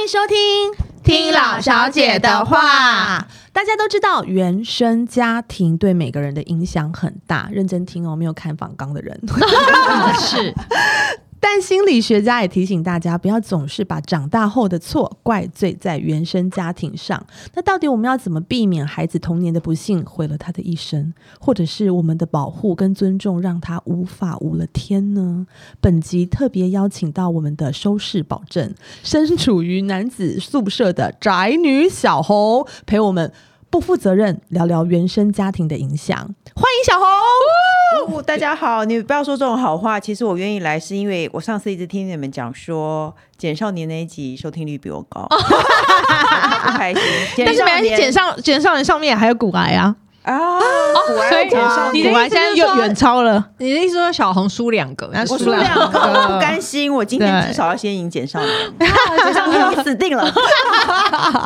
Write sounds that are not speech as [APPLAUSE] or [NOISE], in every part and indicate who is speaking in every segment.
Speaker 1: 迎收听。
Speaker 2: 听老小姐的话，
Speaker 1: 大家都知道原生家庭对每个人的影响很大，认真听哦，没有看仿纲的人。
Speaker 2: [LAUGHS] 是
Speaker 1: 但心理学家也提醒大家，不要总是把长大后的错怪罪在原生家庭上。那到底我们要怎么避免孩子童年的不幸毁了他的一生，或者是我们的保护跟尊重让他无法无了天呢？本集特别邀请到我们的收视保证，身处于男子宿舍的宅女小红，陪我们。不负责任，聊聊原生家庭的影响。欢迎小红。
Speaker 3: 哦， [LAUGHS] 大家好，你不要说这种好话。其实我愿意来，是因为我上次一直听你们讲说，简少年那一集收听率比我
Speaker 2: [LAUGHS]
Speaker 3: 高，我不开心。
Speaker 2: 但是没关系，
Speaker 3: 简
Speaker 2: 简
Speaker 3: 少
Speaker 2: 上简上人上面还有骨癌啊，
Speaker 3: 年啊，
Speaker 2: 所以哦
Speaker 3: 简少
Speaker 2: 你
Speaker 3: 年
Speaker 2: 的
Speaker 4: 骨
Speaker 2: 癌
Speaker 4: 癌
Speaker 2: 现在
Speaker 4: 现在
Speaker 2: 又
Speaker 4: 又
Speaker 2: 远
Speaker 4: 远
Speaker 2: 超了，
Speaker 4: 你的意思说小红输两个？
Speaker 2: 那
Speaker 3: 我
Speaker 2: 输
Speaker 3: 输
Speaker 2: 了
Speaker 3: 两个，我不甘心，我今天
Speaker 2: 对
Speaker 3: 至少要先赢简少年，啊简少年你死定了。
Speaker 1: [LAUGHS]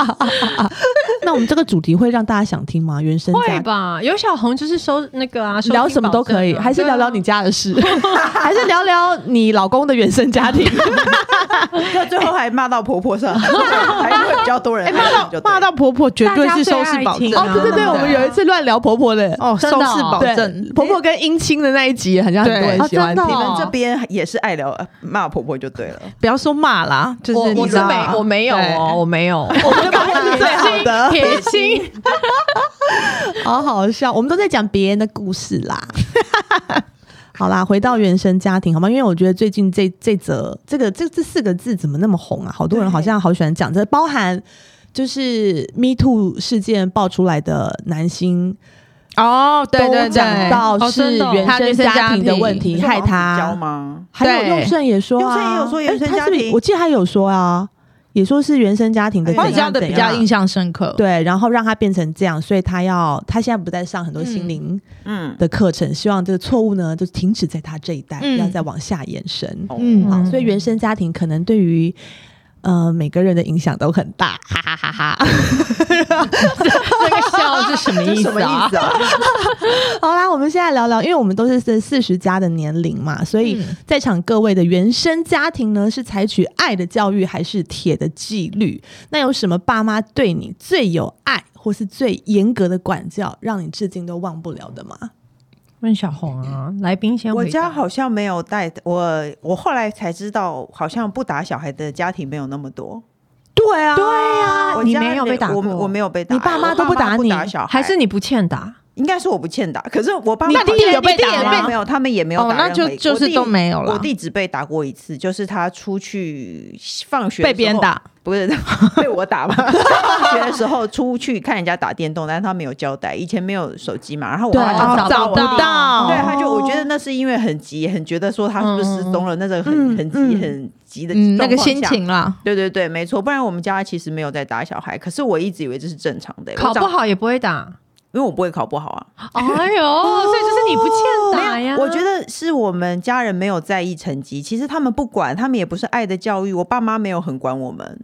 Speaker 1: 那我们这个主题会让大家想听吗？原生家
Speaker 4: 会
Speaker 1: 庭。
Speaker 4: 吧？有小红就是收那个啊，收听
Speaker 1: 聊什么都可以，
Speaker 4: 保证啊
Speaker 1: 还是聊聊你家的 [LAUGHS] 事，还是聊聊你老公的原生家 [LAUGHS] 庭，
Speaker 3: 就最后还骂到婆婆上，还是会比较多人
Speaker 2: 哎骂
Speaker 3: 骂
Speaker 2: 到骂到婆婆绝对是收视保证。
Speaker 4: 啊
Speaker 2: 啊
Speaker 4: 大
Speaker 1: 哦，
Speaker 4: 家
Speaker 1: 对对对，
Speaker 4: 对
Speaker 1: 我们有一次乱聊婆婆的，
Speaker 2: 哦，收
Speaker 4: 真的哦
Speaker 2: 视保
Speaker 1: 对
Speaker 2: 证，
Speaker 1: 婆婆跟姻亲的那一集，好像很多
Speaker 2: 对
Speaker 1: 人喜欢
Speaker 4: 哦真的
Speaker 1: 听
Speaker 4: 哦。
Speaker 3: 你们这边也是爱聊呃骂婆婆就对了，
Speaker 2: 不要说骂啦，就
Speaker 4: 我
Speaker 2: 是
Speaker 4: 我
Speaker 2: 你知
Speaker 4: 是
Speaker 2: 道
Speaker 4: 没我没有哦，我没
Speaker 2: [LAUGHS]
Speaker 4: 有，
Speaker 3: 我
Speaker 1: [LAUGHS]
Speaker 3: 们刚刚
Speaker 4: 铁心铁心，
Speaker 1: 好好笑，我们都在讲别人的故事啦。 [LAUGHS] 好啦，回到原生家庭好吗？因为我觉得最近这这则这个这这四个字怎么那么红啊？好多人好像好喜欢讲，这包含就是 Me Too 事件爆出来的男星
Speaker 2: 哦，对对
Speaker 1: 都
Speaker 2: 对，
Speaker 1: 讲到
Speaker 2: 哦
Speaker 1: 是
Speaker 2: 真的哦
Speaker 1: 原
Speaker 2: 他
Speaker 1: 生家庭的问
Speaker 2: 庭
Speaker 1: 题，害
Speaker 3: 教
Speaker 1: 他。
Speaker 3: 吗？
Speaker 1: 还有
Speaker 2: 对
Speaker 1: 佑胜也说啊，
Speaker 3: 佑胜也有说原生
Speaker 1: 哎他是不是
Speaker 3: 家庭
Speaker 1: 我记得他有说啊，也说是原生家庭的
Speaker 3: 哎
Speaker 1: 怎
Speaker 2: 黄
Speaker 1: 样
Speaker 2: 子
Speaker 1: 怎
Speaker 2: 佼
Speaker 1: 样，
Speaker 2: 的比较印象深刻。 [LAUGHS]
Speaker 1: 对，然后让他变成这样，所以他要他现在不在上很多心灵
Speaker 3: 嗯，
Speaker 1: 的课程，希望这个错误呢就停止在他这一代，不
Speaker 2: 嗯
Speaker 1: 要再往下延伸。
Speaker 3: 哦
Speaker 2: 嗯
Speaker 1: 好，所以原生家庭可能对于呃每个人的影响都很大， [LAUGHS] 哈哈哈哈。
Speaker 4: 这个笑是什么
Speaker 3: 这
Speaker 4: 意
Speaker 3: 什么
Speaker 4: 思啊
Speaker 3: 意？思啊？
Speaker 1: 好啦，我们现在聊聊，因为我们都是这四十加的年龄嘛，所以
Speaker 2: 嗯
Speaker 1: 在场各位的原生家庭呢，是采取爱的教育还是铁的纪律？那有什么爸妈对你最有爱，或是最严格的管教，让你至今都忘不了的吗？
Speaker 4: 问小红啊，来宾先
Speaker 3: 我
Speaker 4: 回答
Speaker 3: 家好像没有带我，我后来才知道，好像不打小孩的家庭没有那么多。
Speaker 1: 对啊，对
Speaker 3: 我
Speaker 1: 啊
Speaker 3: 家
Speaker 4: 你没有被打
Speaker 3: 我
Speaker 4: 过
Speaker 3: 我没有被打，
Speaker 1: 你爸妈
Speaker 3: 我
Speaker 1: 都不打
Speaker 3: 打
Speaker 1: 你
Speaker 3: 小孩，
Speaker 4: 还是你不欠打？
Speaker 3: 应该是我不欠打。可是我爸妈
Speaker 2: 你弟也
Speaker 3: 有
Speaker 2: 被打
Speaker 3: 没
Speaker 2: 吗
Speaker 3: 有没有，他们也没有
Speaker 2: 哦
Speaker 3: 打任何
Speaker 2: 那
Speaker 3: 一
Speaker 2: 就
Speaker 3: 个。
Speaker 2: 就
Speaker 3: 我
Speaker 2: 是
Speaker 3: 弟
Speaker 2: 都没有了
Speaker 3: 我弟只被打过一次，就是他出去放学的
Speaker 2: 被别人
Speaker 3: 时候，
Speaker 2: 打，
Speaker 3: 不是 [LAUGHS] 被我打嘛？放学的时候出去看人家打电动，但是他没有交代，以前没有手机嘛，然后我爸
Speaker 1: 对
Speaker 3: 就
Speaker 4: 啊
Speaker 1: 哦
Speaker 3: 找到
Speaker 2: 找
Speaker 3: 我
Speaker 2: 不
Speaker 3: 弟
Speaker 2: 到，
Speaker 3: 对，他就我觉得那是因为很急，很觉得说他是不是失踪了，那个
Speaker 1: 嗯
Speaker 3: 很很急
Speaker 1: 嗯
Speaker 3: 很急的
Speaker 2: 嗯，那
Speaker 3: 状
Speaker 2: 个
Speaker 3: 况
Speaker 2: 心
Speaker 3: 下
Speaker 2: 情啦，
Speaker 3: 对对对，没错，不然我们家其实没有在打小孩，可是我一直以为这是正常的、
Speaker 4: 考
Speaker 3: 我
Speaker 4: 不
Speaker 3: 长，
Speaker 4: 好也不会打。
Speaker 3: 因为我不会考不好啊。哦
Speaker 4: 哎呦，所以就是你不
Speaker 1: 哦
Speaker 4: 欠打呀？
Speaker 3: 我觉得是我们家人没有在意成绩，其实他们不管，他们也不是爱的教育，我爸妈没有很管我们。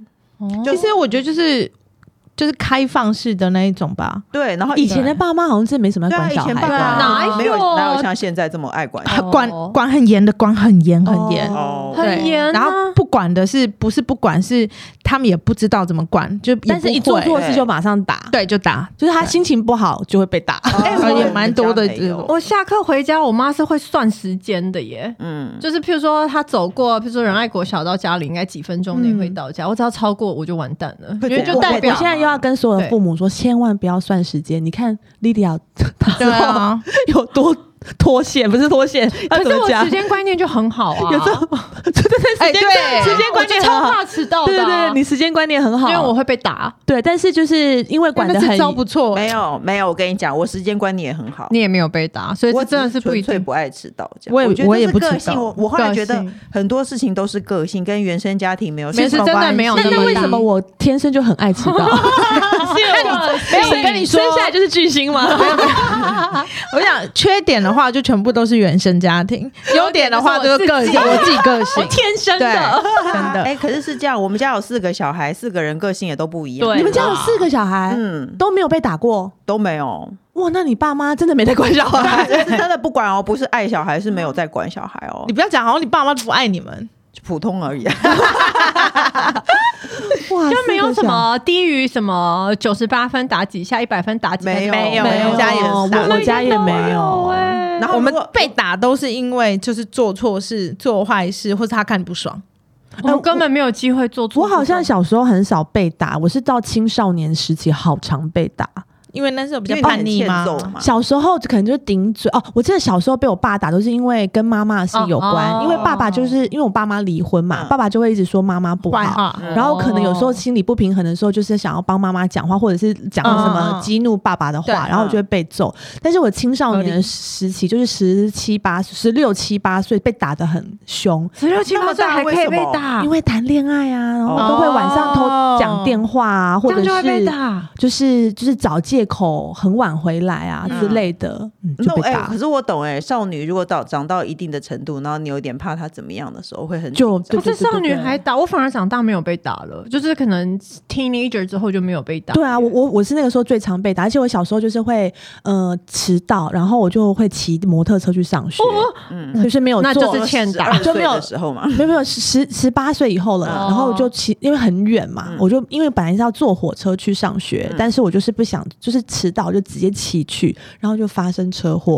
Speaker 4: 得
Speaker 2: 其实我觉得就是就是开放式的那一种吧，
Speaker 3: 对，然后
Speaker 1: 以前的爸妈好像真没什么
Speaker 3: 对
Speaker 1: 在
Speaker 3: 啊，
Speaker 1: 管
Speaker 3: 以
Speaker 1: 小孩
Speaker 3: 前
Speaker 1: 的
Speaker 3: 爸
Speaker 1: 啊，
Speaker 3: 妈
Speaker 4: 哪有
Speaker 3: 没有哪有像现在这么爱管。
Speaker 4: 哦
Speaker 2: 管管很严的，管很严很严。
Speaker 3: 哦
Speaker 1: 对
Speaker 4: 很严啊，
Speaker 2: 然后不管的是不是不管是他们也不知道怎么管，就也
Speaker 1: 但是一
Speaker 2: 不
Speaker 1: 做
Speaker 2: 会
Speaker 1: 错事就马上打，，
Speaker 2: 对就打，
Speaker 1: 就是他心情不好就会被打。
Speaker 4: 哦
Speaker 3: 哎
Speaker 2: 呃
Speaker 3: 我
Speaker 2: 也
Speaker 3: 们
Speaker 2: 蛮
Speaker 3: 家
Speaker 2: 多的
Speaker 3: 没有
Speaker 2: 这种
Speaker 4: 我下课回家，我妈是会算时间的耶。
Speaker 3: 嗯，
Speaker 4: 就是譬如说，她走过，譬如说仁爱国小到家里应该几分钟内会到
Speaker 1: 嗯
Speaker 4: 家，我只要超过我就完蛋了，因
Speaker 3: 对
Speaker 4: 为
Speaker 3: 对
Speaker 4: 就代
Speaker 1: 我
Speaker 4: 表
Speaker 1: 现在又要跟所有的父母说，千万不要算时间。你看 Lydia
Speaker 2: 对啊，
Speaker 1: 有多脱线，不是脱线，要
Speaker 4: 可
Speaker 1: 怎
Speaker 4: 是
Speaker 1: 么
Speaker 4: 我
Speaker 1: 讲
Speaker 4: 时？间观念就很好啊，
Speaker 1: 有这 [LAUGHS] 么对对对，
Speaker 2: 哎
Speaker 1: 时间
Speaker 2: 对
Speaker 1: 时间观
Speaker 4: 我
Speaker 1: 念
Speaker 4: 就
Speaker 1: 很
Speaker 4: 超
Speaker 1: 好。
Speaker 4: 怕迟到的
Speaker 1: 对对
Speaker 4: 啊、
Speaker 1: 对，你时间观念很好。
Speaker 4: 因为我会被打，
Speaker 1: 对，但是就是因为管
Speaker 2: 那
Speaker 1: 的
Speaker 2: 这
Speaker 1: 很
Speaker 2: 招不错，
Speaker 3: 没有没有，我跟你讲，我时间观念也很好。
Speaker 4: 你也没有被打，所以
Speaker 3: 我
Speaker 4: 这真的
Speaker 3: 只
Speaker 4: 是不一
Speaker 3: 纯粹
Speaker 4: 定。
Speaker 3: 不爱迟到，这样
Speaker 2: 我也
Speaker 3: 觉得
Speaker 2: 我也
Speaker 3: 这是
Speaker 2: 不迟
Speaker 3: 个性
Speaker 2: 到
Speaker 3: 我我后来觉
Speaker 2: 个
Speaker 3: 得
Speaker 2: 性
Speaker 3: 很多事情都是个性，跟原生家庭没有
Speaker 4: 没事，
Speaker 3: 什么
Speaker 4: 真
Speaker 3: 关
Speaker 4: 的
Speaker 3: 系
Speaker 4: 没有
Speaker 1: 那
Speaker 4: 那
Speaker 1: 那
Speaker 4: 么
Speaker 1: 为什么我天生就很爱
Speaker 4: [LAUGHS]
Speaker 1: 迟到？
Speaker 4: 没
Speaker 2: 有我跟你说
Speaker 1: 生下来就是巨星吗？
Speaker 2: 我想缺点的话就全部都是原生家庭，优点的话就是个性，我自己
Speaker 4: [LAUGHS]
Speaker 2: 个性，
Speaker 1: 天生
Speaker 2: 对，真
Speaker 3: 啊
Speaker 2: 的
Speaker 3: [LAUGHS] 哎、可是是这样，我们家有四个小孩，四个人个性也都不一样。
Speaker 4: 对
Speaker 1: 你们家有四个小孩，
Speaker 3: 嗯，
Speaker 1: 都没有被打过。
Speaker 3: 都没有，
Speaker 1: 哇，那你爸妈真的没在管小
Speaker 4: [LAUGHS]
Speaker 1: 孩？
Speaker 3: 这是真的不管哦，不是爱小孩，是没有在管小孩哦啊
Speaker 2: 你，不要讲，好像你爸妈都不爱你们。
Speaker 3: 普通而已。
Speaker 1: 哇， [LAUGHS]
Speaker 4: 就没有
Speaker 1: 四个
Speaker 4: 什
Speaker 1: 小
Speaker 4: 么低于什么九十八分打几下，一百分打几下
Speaker 3: 没有
Speaker 4: 没有
Speaker 1: 没有，
Speaker 3: 我家也是
Speaker 1: 我
Speaker 3: 他
Speaker 1: 我家也没
Speaker 4: 有
Speaker 1: 有。
Speaker 4: 哎、
Speaker 3: 然后
Speaker 2: 我们
Speaker 3: 如果
Speaker 2: 被打都是因为就是做错事、做坏事，或是他看你不爽。
Speaker 4: 我们根本没有机会做出。
Speaker 1: 我好像小时候很少被打，我是到青少年时期好常被打。
Speaker 2: 因为那时候比
Speaker 3: 因
Speaker 2: 较
Speaker 3: 为你
Speaker 2: 叛
Speaker 3: 很
Speaker 2: 逆
Speaker 3: 欠
Speaker 2: 嘛，
Speaker 3: 揍嘛，
Speaker 1: 小时候可能就顶嘴哦，我记得小时候被我爸打都是因为跟妈妈的事有关，
Speaker 4: 哦哦
Speaker 1: 因为爸爸就是因为我爸妈离婚嘛，
Speaker 3: 嗯
Speaker 1: 爸爸就会一直说妈妈不
Speaker 2: 坏
Speaker 1: 好。
Speaker 4: 啊
Speaker 2: 话。
Speaker 3: 嗯
Speaker 1: 然后可能有时候
Speaker 4: 哦
Speaker 1: 心里不平衡的时候，就是想要帮妈妈讲话，或者是讲了什
Speaker 2: 嗯嗯
Speaker 1: 么
Speaker 2: 嗯
Speaker 1: 激怒爸爸的
Speaker 2: 对
Speaker 1: 话，然后我就会被揍。但是我青少年
Speaker 2: 合理
Speaker 1: 的时期，就是十七八、十六七八岁被打得很凶，
Speaker 4: 十六七八岁还可以被打，
Speaker 1: 因为谈恋爱啊，然后
Speaker 3: 哦
Speaker 1: 都会晚上偷讲电话啊，
Speaker 4: 这
Speaker 1: 或者
Speaker 4: 样
Speaker 1: 是
Speaker 4: 就会被打。
Speaker 1: 就是就是找借口很晚回来啊
Speaker 3: 嗯
Speaker 1: 之类的，嗯，
Speaker 3: 那
Speaker 1: 就
Speaker 3: 我
Speaker 1: 被
Speaker 3: 哎、
Speaker 1: 打
Speaker 3: 可。是我懂哎、少女如果到长到一定的程度，然后你有点怕她怎么样的时候，会很
Speaker 1: 就
Speaker 3: 紧张
Speaker 1: 对
Speaker 4: 可是少女
Speaker 1: 对对对
Speaker 4: 还打，我反而长大没有被打了，就是可能 teenager 之后就没有被打。
Speaker 1: 对啊，我我我是那个时候最常被打，而且我小时候就是会呃迟到，然后我就会骑摩托车去上学，
Speaker 3: 嗯，
Speaker 1: 就是没有
Speaker 4: 哦那
Speaker 1: 坐
Speaker 4: 就是欠打
Speaker 3: 12
Speaker 1: 就没有
Speaker 3: 岁的时候嘛，
Speaker 1: 没有没有十十八岁以后了啦，
Speaker 4: 哦
Speaker 1: 然后我就骑，因为很远嘛，
Speaker 3: 嗯
Speaker 1: 我就因为本来是要坐火车去上学，
Speaker 3: 嗯
Speaker 1: 但是我就是不想，就是迟到，我就直接骑去，然后就发生车祸，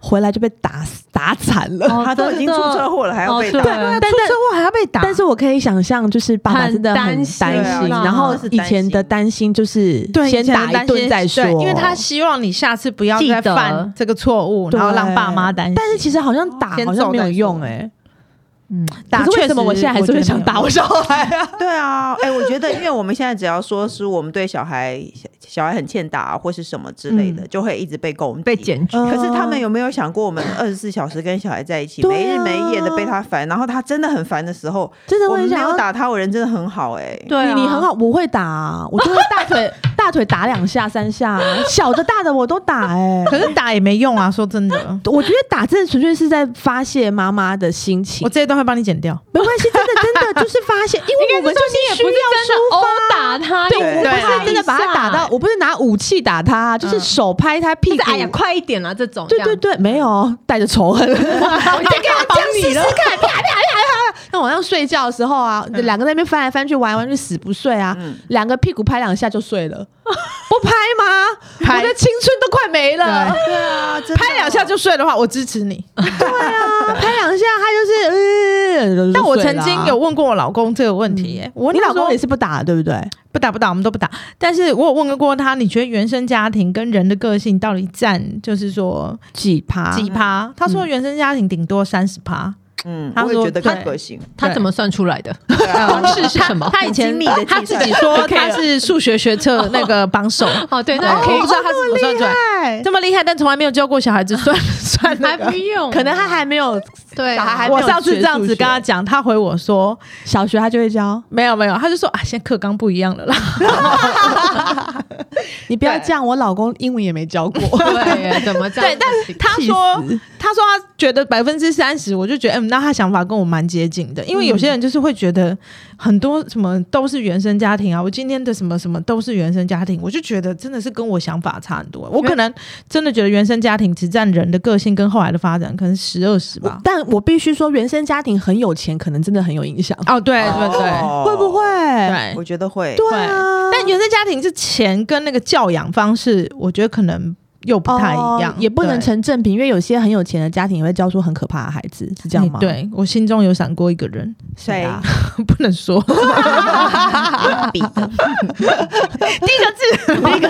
Speaker 1: 回来就被打死打惨了。
Speaker 4: 哦
Speaker 3: 她都已经出车祸了，还要被打。
Speaker 4: 哦对
Speaker 1: 但
Speaker 2: 出车祸还要被打，
Speaker 1: 但是我可以想象，就是爸爸真的很担
Speaker 4: 很担
Speaker 1: 心，
Speaker 4: 心啊
Speaker 1: 然后以前的担心就是
Speaker 2: 对
Speaker 1: 先打一顿再说，
Speaker 2: 对因为他希望你下次不要
Speaker 4: 记
Speaker 2: 再
Speaker 4: 得
Speaker 2: 犯这个错误，然后
Speaker 1: 对
Speaker 2: 让爸妈担心。
Speaker 1: 但是其实好像打
Speaker 2: 先
Speaker 1: 好像没有
Speaker 2: 揍再说
Speaker 1: 用哎，
Speaker 4: 嗯，
Speaker 1: 可
Speaker 2: 打
Speaker 1: 是为
Speaker 2: 确
Speaker 1: 什么
Speaker 2: 实
Speaker 1: 我现在还是会想打
Speaker 2: 我
Speaker 1: 我小孩啊？
Speaker 3: [LAUGHS] 对啊，哎、我觉得，因为我们现在只要说是我们对小孩小小孩很欠打、啊或是什么之类的，就会一直被攻击
Speaker 4: 被。检举。
Speaker 1: 嗯
Speaker 3: 可是他们有没有想过，我们二十四小时跟小孩在一起，
Speaker 1: 对啊
Speaker 3: 没日没夜的被他烦，然后他真的很烦的时候，
Speaker 1: 真的
Speaker 3: 我
Speaker 1: 会
Speaker 3: 们没
Speaker 1: 想
Speaker 3: 有
Speaker 1: 要
Speaker 3: 打他，我人真的很好哎、
Speaker 4: 对啊
Speaker 1: 你你很好，我会打、啊，我就会大腿大腿打两下三下啊、小的大的我都打哎、
Speaker 2: [LAUGHS] 可是打也没用啊！说
Speaker 1: [LAUGHS]
Speaker 2: 真的，
Speaker 1: 我觉得打真的纯粹是在发泄妈妈的心情
Speaker 2: 我，这一段会帮你剪掉。
Speaker 1: 没关系，真的真的就是发泄，因为我们就是需要抒
Speaker 4: 殴
Speaker 1: 发。啊
Speaker 4: 打他，
Speaker 1: 对，
Speaker 3: 对
Speaker 1: 我不是
Speaker 4: [LAUGHS] 对
Speaker 1: 真的把他打到，我不是拿武器打他，就是手拍他屁
Speaker 4: 就
Speaker 1: 股
Speaker 4: 是。哎呀，快一点啦！这种
Speaker 1: 对对，对，没有带着仇恨，我就跟 [LAUGHS] 他讲试试看，啪啪啪啪啪。那晚上睡觉的时候啊，两个在那边翻来翻去，玩来玩去，死不睡啊
Speaker 3: 嗯，
Speaker 1: 两个屁股拍两下就睡了，不拍吗？
Speaker 2: 拍
Speaker 1: 我的青春都快没了，
Speaker 3: 对
Speaker 1: [LAUGHS]
Speaker 3: 啊，真的
Speaker 2: 拍两下就睡的话，我支持你。
Speaker 1: 啊拍两下他就是嗯。
Speaker 2: 但我
Speaker 1: 就睡
Speaker 2: 曾
Speaker 1: 了啊
Speaker 2: 经有，问过我老公这个问题、耶我问
Speaker 1: 你
Speaker 2: 他
Speaker 1: 老公
Speaker 2: 说
Speaker 1: 也是不打对不对？
Speaker 2: 不打不打，我们都不打。但是我有问过他，你觉得原生家庭跟人的个性到底占，就是说
Speaker 1: 几趴？嗯
Speaker 2: 几趴？他说原生家庭顶多三十趴。
Speaker 3: 嗯，
Speaker 2: 他
Speaker 3: 我也
Speaker 2: 说
Speaker 3: 觉得
Speaker 2: 他
Speaker 3: 更个性，
Speaker 4: 他怎么算出来的？
Speaker 3: 对啊
Speaker 4: 公式是什么？
Speaker 2: 他以前啊
Speaker 3: 很精密的计
Speaker 2: 他
Speaker 3: 算
Speaker 2: 自己说他是数学学测那个榜首，
Speaker 4: 哦，对，
Speaker 2: [LAUGHS] 对，啊
Speaker 4: 那可
Speaker 2: 我不
Speaker 4: 以
Speaker 2: 知道他怎么算出来，这么厉害，但从来没有教过小孩子算算 [LAUGHS] 那
Speaker 4: 还不
Speaker 2: 个。
Speaker 4: 用，
Speaker 1: 可能他还没有
Speaker 4: 对，啊
Speaker 1: 小孩还没有
Speaker 2: 我上次这样子跟他讲，他回我说
Speaker 1: 小学，他就会教。
Speaker 2: 没有没有，他就说啊，现在课纲不一样了啦。
Speaker 1: 你不要
Speaker 3: 对
Speaker 1: 这样，我老公英文也没教过。
Speaker 4: 对，怎么这样
Speaker 2: 对
Speaker 4: 子？，
Speaker 2: 但他
Speaker 1: 气
Speaker 2: 说
Speaker 1: 死
Speaker 2: 他说他觉得百分之三十，我就觉得嗯，那他想法跟我蛮接近的，因为有些人就是会觉得很多什么都是原生家庭啊，我今天的什么什么都是原生家庭，我就觉得真的是跟我想法差很多。我可能真的觉得原生家庭只占人的个性跟后来的发展，可能十二十吧。
Speaker 1: 但我必须说，原生家庭很有钱，可能真的很有影响，
Speaker 2: 哦，对对对
Speaker 3: 哦
Speaker 1: 会不会？
Speaker 2: 对
Speaker 3: 我觉得会。
Speaker 1: 对啊，
Speaker 2: 但原生家庭是钱跟那个教养方式，我觉得可能又不太一样，
Speaker 1: 哦也不能
Speaker 2: 对
Speaker 1: 成正比，因为有些很有钱的家庭也会教出很可怕的孩子，是这样吗？
Speaker 2: 哎，对我心中有闪过一个人， [LAUGHS]
Speaker 1: 谁啊？
Speaker 2: 不能说
Speaker 3: 比的，
Speaker 4: [LAUGHS]
Speaker 1: 那个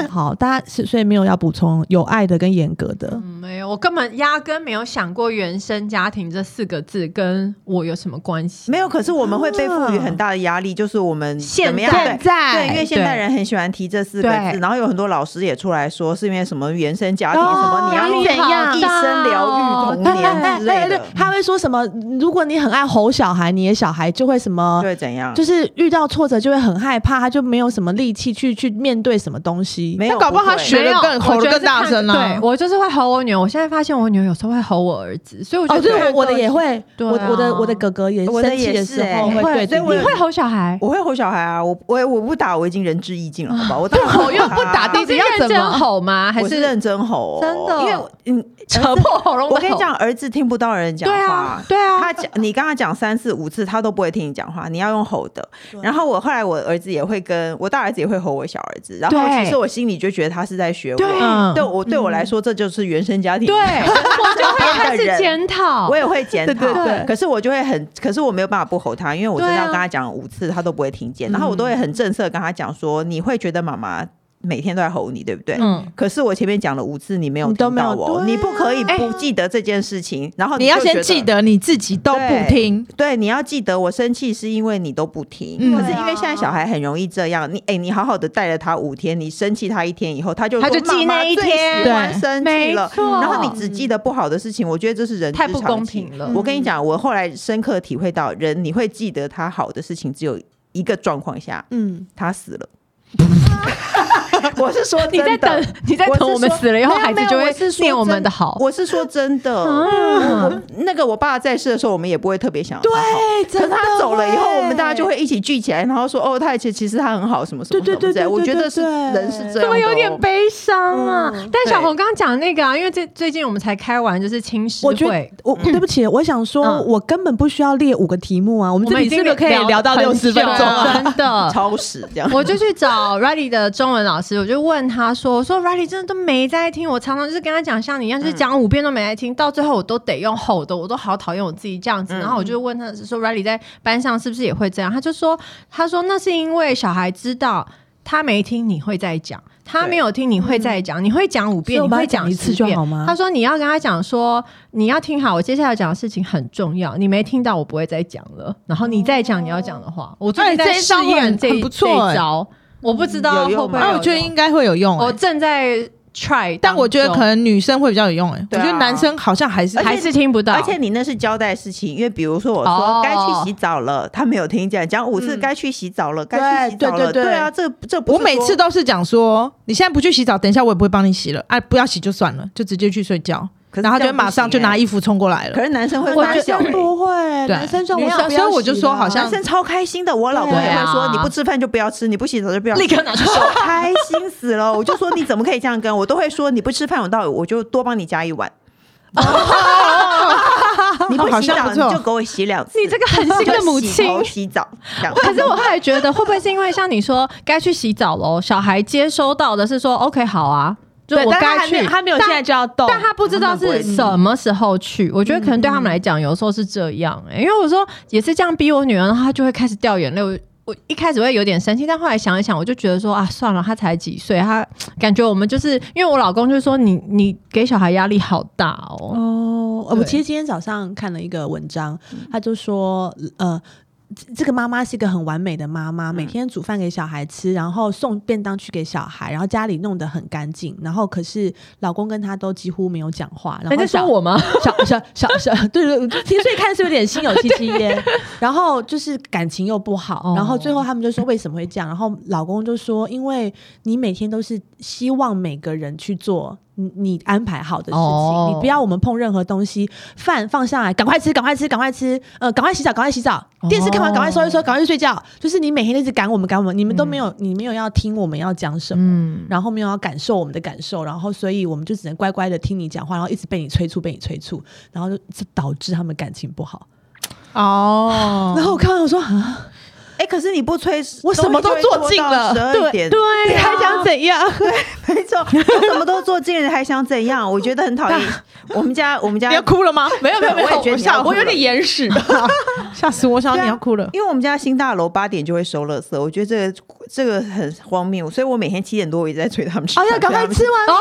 Speaker 1: 是 [LAUGHS] 好，大家是所以没有要补充有爱的跟严格的
Speaker 4: 嗯，没有，我根本压根没有想过“原生家庭”这四个字跟我有什么关系。
Speaker 3: 没有，可是我们会被赋予很大的压力，就是我们
Speaker 4: 现
Speaker 3: 怎么样
Speaker 4: 在
Speaker 3: 对
Speaker 1: 在
Speaker 3: 对，因为现代
Speaker 4: 对
Speaker 3: 人很喜欢提这四个字，
Speaker 4: 对
Speaker 3: 然后有很多老师也出来说是因为什么原生家庭
Speaker 1: 哦
Speaker 3: 什么，你
Speaker 1: 压力
Speaker 3: 要
Speaker 1: 怎样
Speaker 3: 一生疗愈童年之类的，
Speaker 1: 他会说什么？如果你很爱吼小孩，你的小孩就会什么？
Speaker 3: 对怎样？
Speaker 1: 就是遇到挫折就会很害怕，他就没有什么力气去去面对什么东西。
Speaker 3: 没有，
Speaker 2: 那搞不好他
Speaker 3: 会
Speaker 2: 学得更
Speaker 4: 没有
Speaker 2: 吼得
Speaker 4: 我觉
Speaker 2: 更
Speaker 4: 是
Speaker 2: 大
Speaker 4: 看
Speaker 2: 声啊
Speaker 4: 对我就是会吼我女儿，我现在发现我女儿有时候会吼我儿子，所以我觉
Speaker 1: 哦，
Speaker 4: 得
Speaker 1: 对，
Speaker 4: 这
Speaker 1: 我
Speaker 4: 个
Speaker 1: 我的也会，
Speaker 4: 对
Speaker 1: 我
Speaker 4: 啊
Speaker 1: 我的我的哥哥也
Speaker 3: 我的
Speaker 1: 生气
Speaker 3: 也
Speaker 1: 的
Speaker 3: 是
Speaker 1: 时候会
Speaker 3: 欸
Speaker 1: 对
Speaker 3: 所以
Speaker 1: 着
Speaker 3: 我
Speaker 1: 你
Speaker 4: 你会吼小孩，
Speaker 3: 我会吼 [LAUGHS] 小孩啊，我我我不打，我已经仁至义尽了，好吧？我当然吼
Speaker 1: 又不打
Speaker 3: 他
Speaker 1: 到
Speaker 4: [LAUGHS] 你
Speaker 1: 底
Speaker 4: 是
Speaker 1: 要怎
Speaker 4: 认
Speaker 1: 么
Speaker 4: 真吼吗？还还
Speaker 3: 我是认真吼哦、
Speaker 4: 真的
Speaker 3: 因为我嗯，
Speaker 4: [LAUGHS] 扯
Speaker 3: 儿子
Speaker 4: 破喉咙的吼
Speaker 3: 我跟你讲，儿子听不到人讲话，
Speaker 4: 对啊对啊
Speaker 3: 他讲你跟他讲三次五次，他都不会听你讲话，你要用吼的。然后我后来我儿子也会跟我大儿子也会吼我小儿子，然后
Speaker 4: 对
Speaker 3: 其实我心里就觉得他是在学我，
Speaker 4: 对
Speaker 2: 嗯
Speaker 3: 对我对我来说这就是原生家庭，
Speaker 4: 对，啊我就会开
Speaker 3: [LAUGHS] 的
Speaker 4: 始
Speaker 3: 人
Speaker 4: 检讨
Speaker 3: 我。也会检讨，
Speaker 2: 对对对
Speaker 3: 可是我就会很，可是我没有办法不吼他，因为我真的
Speaker 4: 对啊
Speaker 3: 要跟他讲五次，他都不会听见。然后我都会很正色地跟他讲说，你会觉得妈妈每天都在吼你，对不对？
Speaker 4: 嗯
Speaker 3: 可是我前面讲了五次，你没有
Speaker 1: 你都
Speaker 3: 听到
Speaker 1: 没有
Speaker 3: 我，
Speaker 1: 对啊
Speaker 3: 你不可以
Speaker 4: 哎
Speaker 3: 不记得这件事情，然后
Speaker 2: 哦你要
Speaker 3: 就觉
Speaker 2: 先记。得你自己都不
Speaker 3: 对
Speaker 2: 听，
Speaker 3: 对，你要记得，我生气是因为你都不听，
Speaker 2: 嗯
Speaker 3: 可是
Speaker 4: 对啊
Speaker 3: 因为现在小孩很容易这样，你哎、你好好的带了他五天，你生气他一天以后，他就
Speaker 4: 他
Speaker 3: 说
Speaker 4: 就记
Speaker 3: 妈妈
Speaker 4: 那一
Speaker 3: 最
Speaker 4: 天
Speaker 3: 喜欢
Speaker 2: 对
Speaker 3: 生气
Speaker 4: 没
Speaker 3: 了，
Speaker 4: 错，
Speaker 3: 然后你只记得不好的事情，我觉得这是人之
Speaker 4: 太不
Speaker 3: 常
Speaker 4: 公
Speaker 3: 情
Speaker 4: 平了
Speaker 3: 我跟你讲，我后来深刻体会到，人你会记得他好的事情，只有一个状况下，
Speaker 1: 嗯，
Speaker 3: 他死
Speaker 4: [LAUGHS]
Speaker 3: 了。我是说
Speaker 4: 你在
Speaker 3: 真的
Speaker 4: 等，你在
Speaker 3: 我是
Speaker 4: 等我们
Speaker 3: 说
Speaker 4: 死了以后，
Speaker 3: 没有
Speaker 4: 孩子
Speaker 3: 没有
Speaker 4: 就
Speaker 3: 我
Speaker 4: 会
Speaker 3: 是说
Speaker 4: 念我
Speaker 3: 真
Speaker 4: 们的好。啊
Speaker 3: 我是说真的，我我那个我爸在世的时候，我们也不会特别想对，
Speaker 1: 对，
Speaker 3: 可
Speaker 1: 真
Speaker 3: 是
Speaker 1: 的
Speaker 3: 他走了以后，
Speaker 1: 会
Speaker 3: 我们大家就会一起聚起来，然后说哦，他其其实他很好，什么什么什
Speaker 1: 对
Speaker 3: 么
Speaker 1: 对对
Speaker 3: 之类
Speaker 1: 对
Speaker 3: 的我觉
Speaker 1: 对
Speaker 3: 得
Speaker 1: 对
Speaker 3: 是
Speaker 1: 对
Speaker 3: 人是这
Speaker 4: 怎
Speaker 3: 样的
Speaker 4: 么
Speaker 3: 哦，
Speaker 4: 有点悲伤啊？
Speaker 3: 嗯
Speaker 4: 但小红刚刚讲那个啊，因为最最近我们才开完就是青师
Speaker 1: 我觉得
Speaker 4: 会，
Speaker 1: 我对不起，我想说，
Speaker 4: 嗯
Speaker 1: 我根本不需要列五个题目啊，我们
Speaker 4: 我
Speaker 1: 这
Speaker 4: 们
Speaker 1: 里
Speaker 4: 已
Speaker 1: 这
Speaker 4: 经
Speaker 1: 个可以聊到
Speaker 4: 很
Speaker 1: 六十分
Speaker 4: 久
Speaker 1: 钟
Speaker 4: 了
Speaker 1: 啊。
Speaker 4: 真
Speaker 3: [LAUGHS]
Speaker 4: 的。
Speaker 3: 超时
Speaker 1: [LAUGHS]
Speaker 3: 这样。
Speaker 4: 我就去找 Riley 的中文老师，我就问他说：“我说 Riley 真的都没在听，我常常就是跟他讲像你一样，就是
Speaker 3: 嗯
Speaker 4: 讲五遍都没在听，到最后我都得用吼的，我都好讨厌我自己这样
Speaker 3: 嗯
Speaker 4: 子。”然后我就问他说：“Riley 在班上是不是也会这样？”他就说：“他说那是因为小孩知道他没听，你会再讲；他
Speaker 3: 对
Speaker 4: 没有听，你会再讲；你会讲五遍，
Speaker 1: 所以我
Speaker 4: 你
Speaker 1: 把它
Speaker 4: 会
Speaker 1: 讲一次
Speaker 4: 十遍
Speaker 1: 就好吗
Speaker 4: 他说：“你要跟他讲说，你要听好，我接下来讲的事情很重要，你没听到，我不会再讲了。然后你再讲你要讲的话，我最近
Speaker 2: 哎
Speaker 4: 在
Speaker 2: 这一
Speaker 4: 试
Speaker 2: 招
Speaker 4: 验
Speaker 2: 很
Speaker 4: 这
Speaker 2: 很
Speaker 4: 一
Speaker 2: 不错
Speaker 4: 这
Speaker 2: 哎
Speaker 4: 一招，我不知道
Speaker 3: 有
Speaker 4: 会
Speaker 3: 用
Speaker 4: 不会
Speaker 3: 吗
Speaker 4: 有
Speaker 2: 那
Speaker 4: 用。
Speaker 2: 哦我觉得应该会有用、
Speaker 4: 我
Speaker 2: 欸，
Speaker 4: 正在 try，
Speaker 2: 但我觉得
Speaker 4: 当
Speaker 2: 可
Speaker 4: 中
Speaker 2: 能女生会比较有用、欸，哎、我
Speaker 3: 对啊
Speaker 2: 觉得男生好像还是
Speaker 3: 而且
Speaker 4: 还是听不到，
Speaker 3: 而且你那是交代事情，因为比如说我
Speaker 4: 哦
Speaker 3: 说该去洗澡了，他没有听见，讲五次
Speaker 1: 嗯
Speaker 3: 该去洗澡了，该去洗澡了，
Speaker 1: 对对对
Speaker 3: 啊，这这不是
Speaker 2: 我每次
Speaker 3: 说
Speaker 2: 都是讲说，你现在不去洗澡，等一下我也不会帮你洗了，哎、不要洗就算了，就直接去睡觉，
Speaker 3: 可是
Speaker 2: 然后
Speaker 3: 这
Speaker 2: 他就
Speaker 3: 样不
Speaker 2: 马上就
Speaker 3: 行欸
Speaker 2: 拿衣服冲过来了
Speaker 3: 可。是男生会
Speaker 4: 我
Speaker 3: 发
Speaker 4: 觉
Speaker 3: 笑、
Speaker 1: 真
Speaker 3: 欸。
Speaker 1: 不会，
Speaker 2: 对
Speaker 1: 男生叫我
Speaker 2: 没有
Speaker 1: 叫不要
Speaker 2: 所以我就
Speaker 1: 洗
Speaker 2: 说
Speaker 1: 啦
Speaker 2: 好像
Speaker 3: 男生超开心的，我老婆也会
Speaker 4: 对
Speaker 3: 说
Speaker 4: 啊
Speaker 3: 你不吃饭就不要吃，你不洗澡就不要吃
Speaker 4: 立
Speaker 1: [LAUGHS]
Speaker 4: 刻拿去收。
Speaker 3: 开心死了！我就说你怎么可以这样跟我？我都会说你不吃饭，我到我就多帮你加一碗。你不
Speaker 2: 好
Speaker 3: 洗
Speaker 2: 像
Speaker 3: 澡
Speaker 2: 不
Speaker 3: 你
Speaker 2: 错
Speaker 3: 就给我洗两次。
Speaker 4: 你这个狠心的母亲
Speaker 3: 就洗头洗澡这样。
Speaker 4: 可是我后来觉得，会不会是因为像你说该去洗澡喽？小孩接收到的是说 OK 好啊，就
Speaker 1: 对
Speaker 4: 我
Speaker 1: 但他
Speaker 4: 该
Speaker 1: 还没
Speaker 4: 去，
Speaker 1: 有他没有
Speaker 4: 但
Speaker 1: 现在就要动，
Speaker 4: 但哦他不知道是什么时候去。我觉得可能对他们来讲，有时候是这样、欸，因为我说也是这样逼我女儿，然后她就会开始掉眼泪。我我一开始会有点生气，但后来想一想，我就觉得说啊，算了，她才几岁，她感觉我们就是因为我老公就说你你给小孩压力好大哦，
Speaker 1: 哦，呃我
Speaker 4: 对嗯
Speaker 1: 其实今天早上看了一个文章，他就说，呃，这这个妈妈是一个很完美的妈妈，
Speaker 4: 嗯
Speaker 1: 每天煮饭给小孩吃，然后送便当去给小孩，然后家里弄得很干净，然后可是老公跟她都几乎没有讲话，然
Speaker 4: 你
Speaker 1: 后
Speaker 4: 在
Speaker 1: 小
Speaker 4: 哎说我吗？
Speaker 1: [LAUGHS] 小小小小，对对对，其实所以看是有点心有戚戚
Speaker 4: [LAUGHS]
Speaker 1: 焉，然后就是感情又不好，
Speaker 4: 哦
Speaker 1: 然后最后他们就说为什么会这样，然后老公就说，因为你每天都是希望每个人去做你你安排好的事情，
Speaker 4: 哦
Speaker 1: 你不要我们碰任何东西，饭放上来赶快吃，赶快吃，赶快吃，呃，赶快洗澡，赶快洗澡，电视看完赶快收一收，赶快去睡觉，就是你每天都一直赶我们赶我们，你们都没有、你没有要听我们要讲什么，
Speaker 4: 嗯，
Speaker 1: 然后没有要感受我们的感受，然后所以我们就只能乖乖的听你讲话，然后一直被你催促，被你催促，然后就这导致他们感情不好。
Speaker 2: [LAUGHS] 哦，
Speaker 1: 然后我看到我说啊，
Speaker 3: 哎、可是你不吹，
Speaker 1: 我什么都做尽了
Speaker 3: 十二点，
Speaker 1: 你
Speaker 4: 对、啊，
Speaker 1: 还想怎样？
Speaker 3: 没错，我什么都做尽了，还想怎样？我觉得很讨厌。我们家我们家
Speaker 2: 你要哭了吗？没有没有没有，
Speaker 3: 我也觉得你要
Speaker 2: 吓
Speaker 3: 哭了
Speaker 2: 我有点眼屎， [LAUGHS] 吓死我！我想
Speaker 3: 对
Speaker 2: 到
Speaker 3: 啊
Speaker 2: 你要哭了。
Speaker 3: 因为我们家新大楼八点就会收垃圾，我觉得这个这个很荒谬，所以我每天七点多我一直在催他们吃
Speaker 1: 哎
Speaker 3: 饭。
Speaker 1: 呀，赶快
Speaker 3: 催他们
Speaker 1: 吃完
Speaker 4: 哦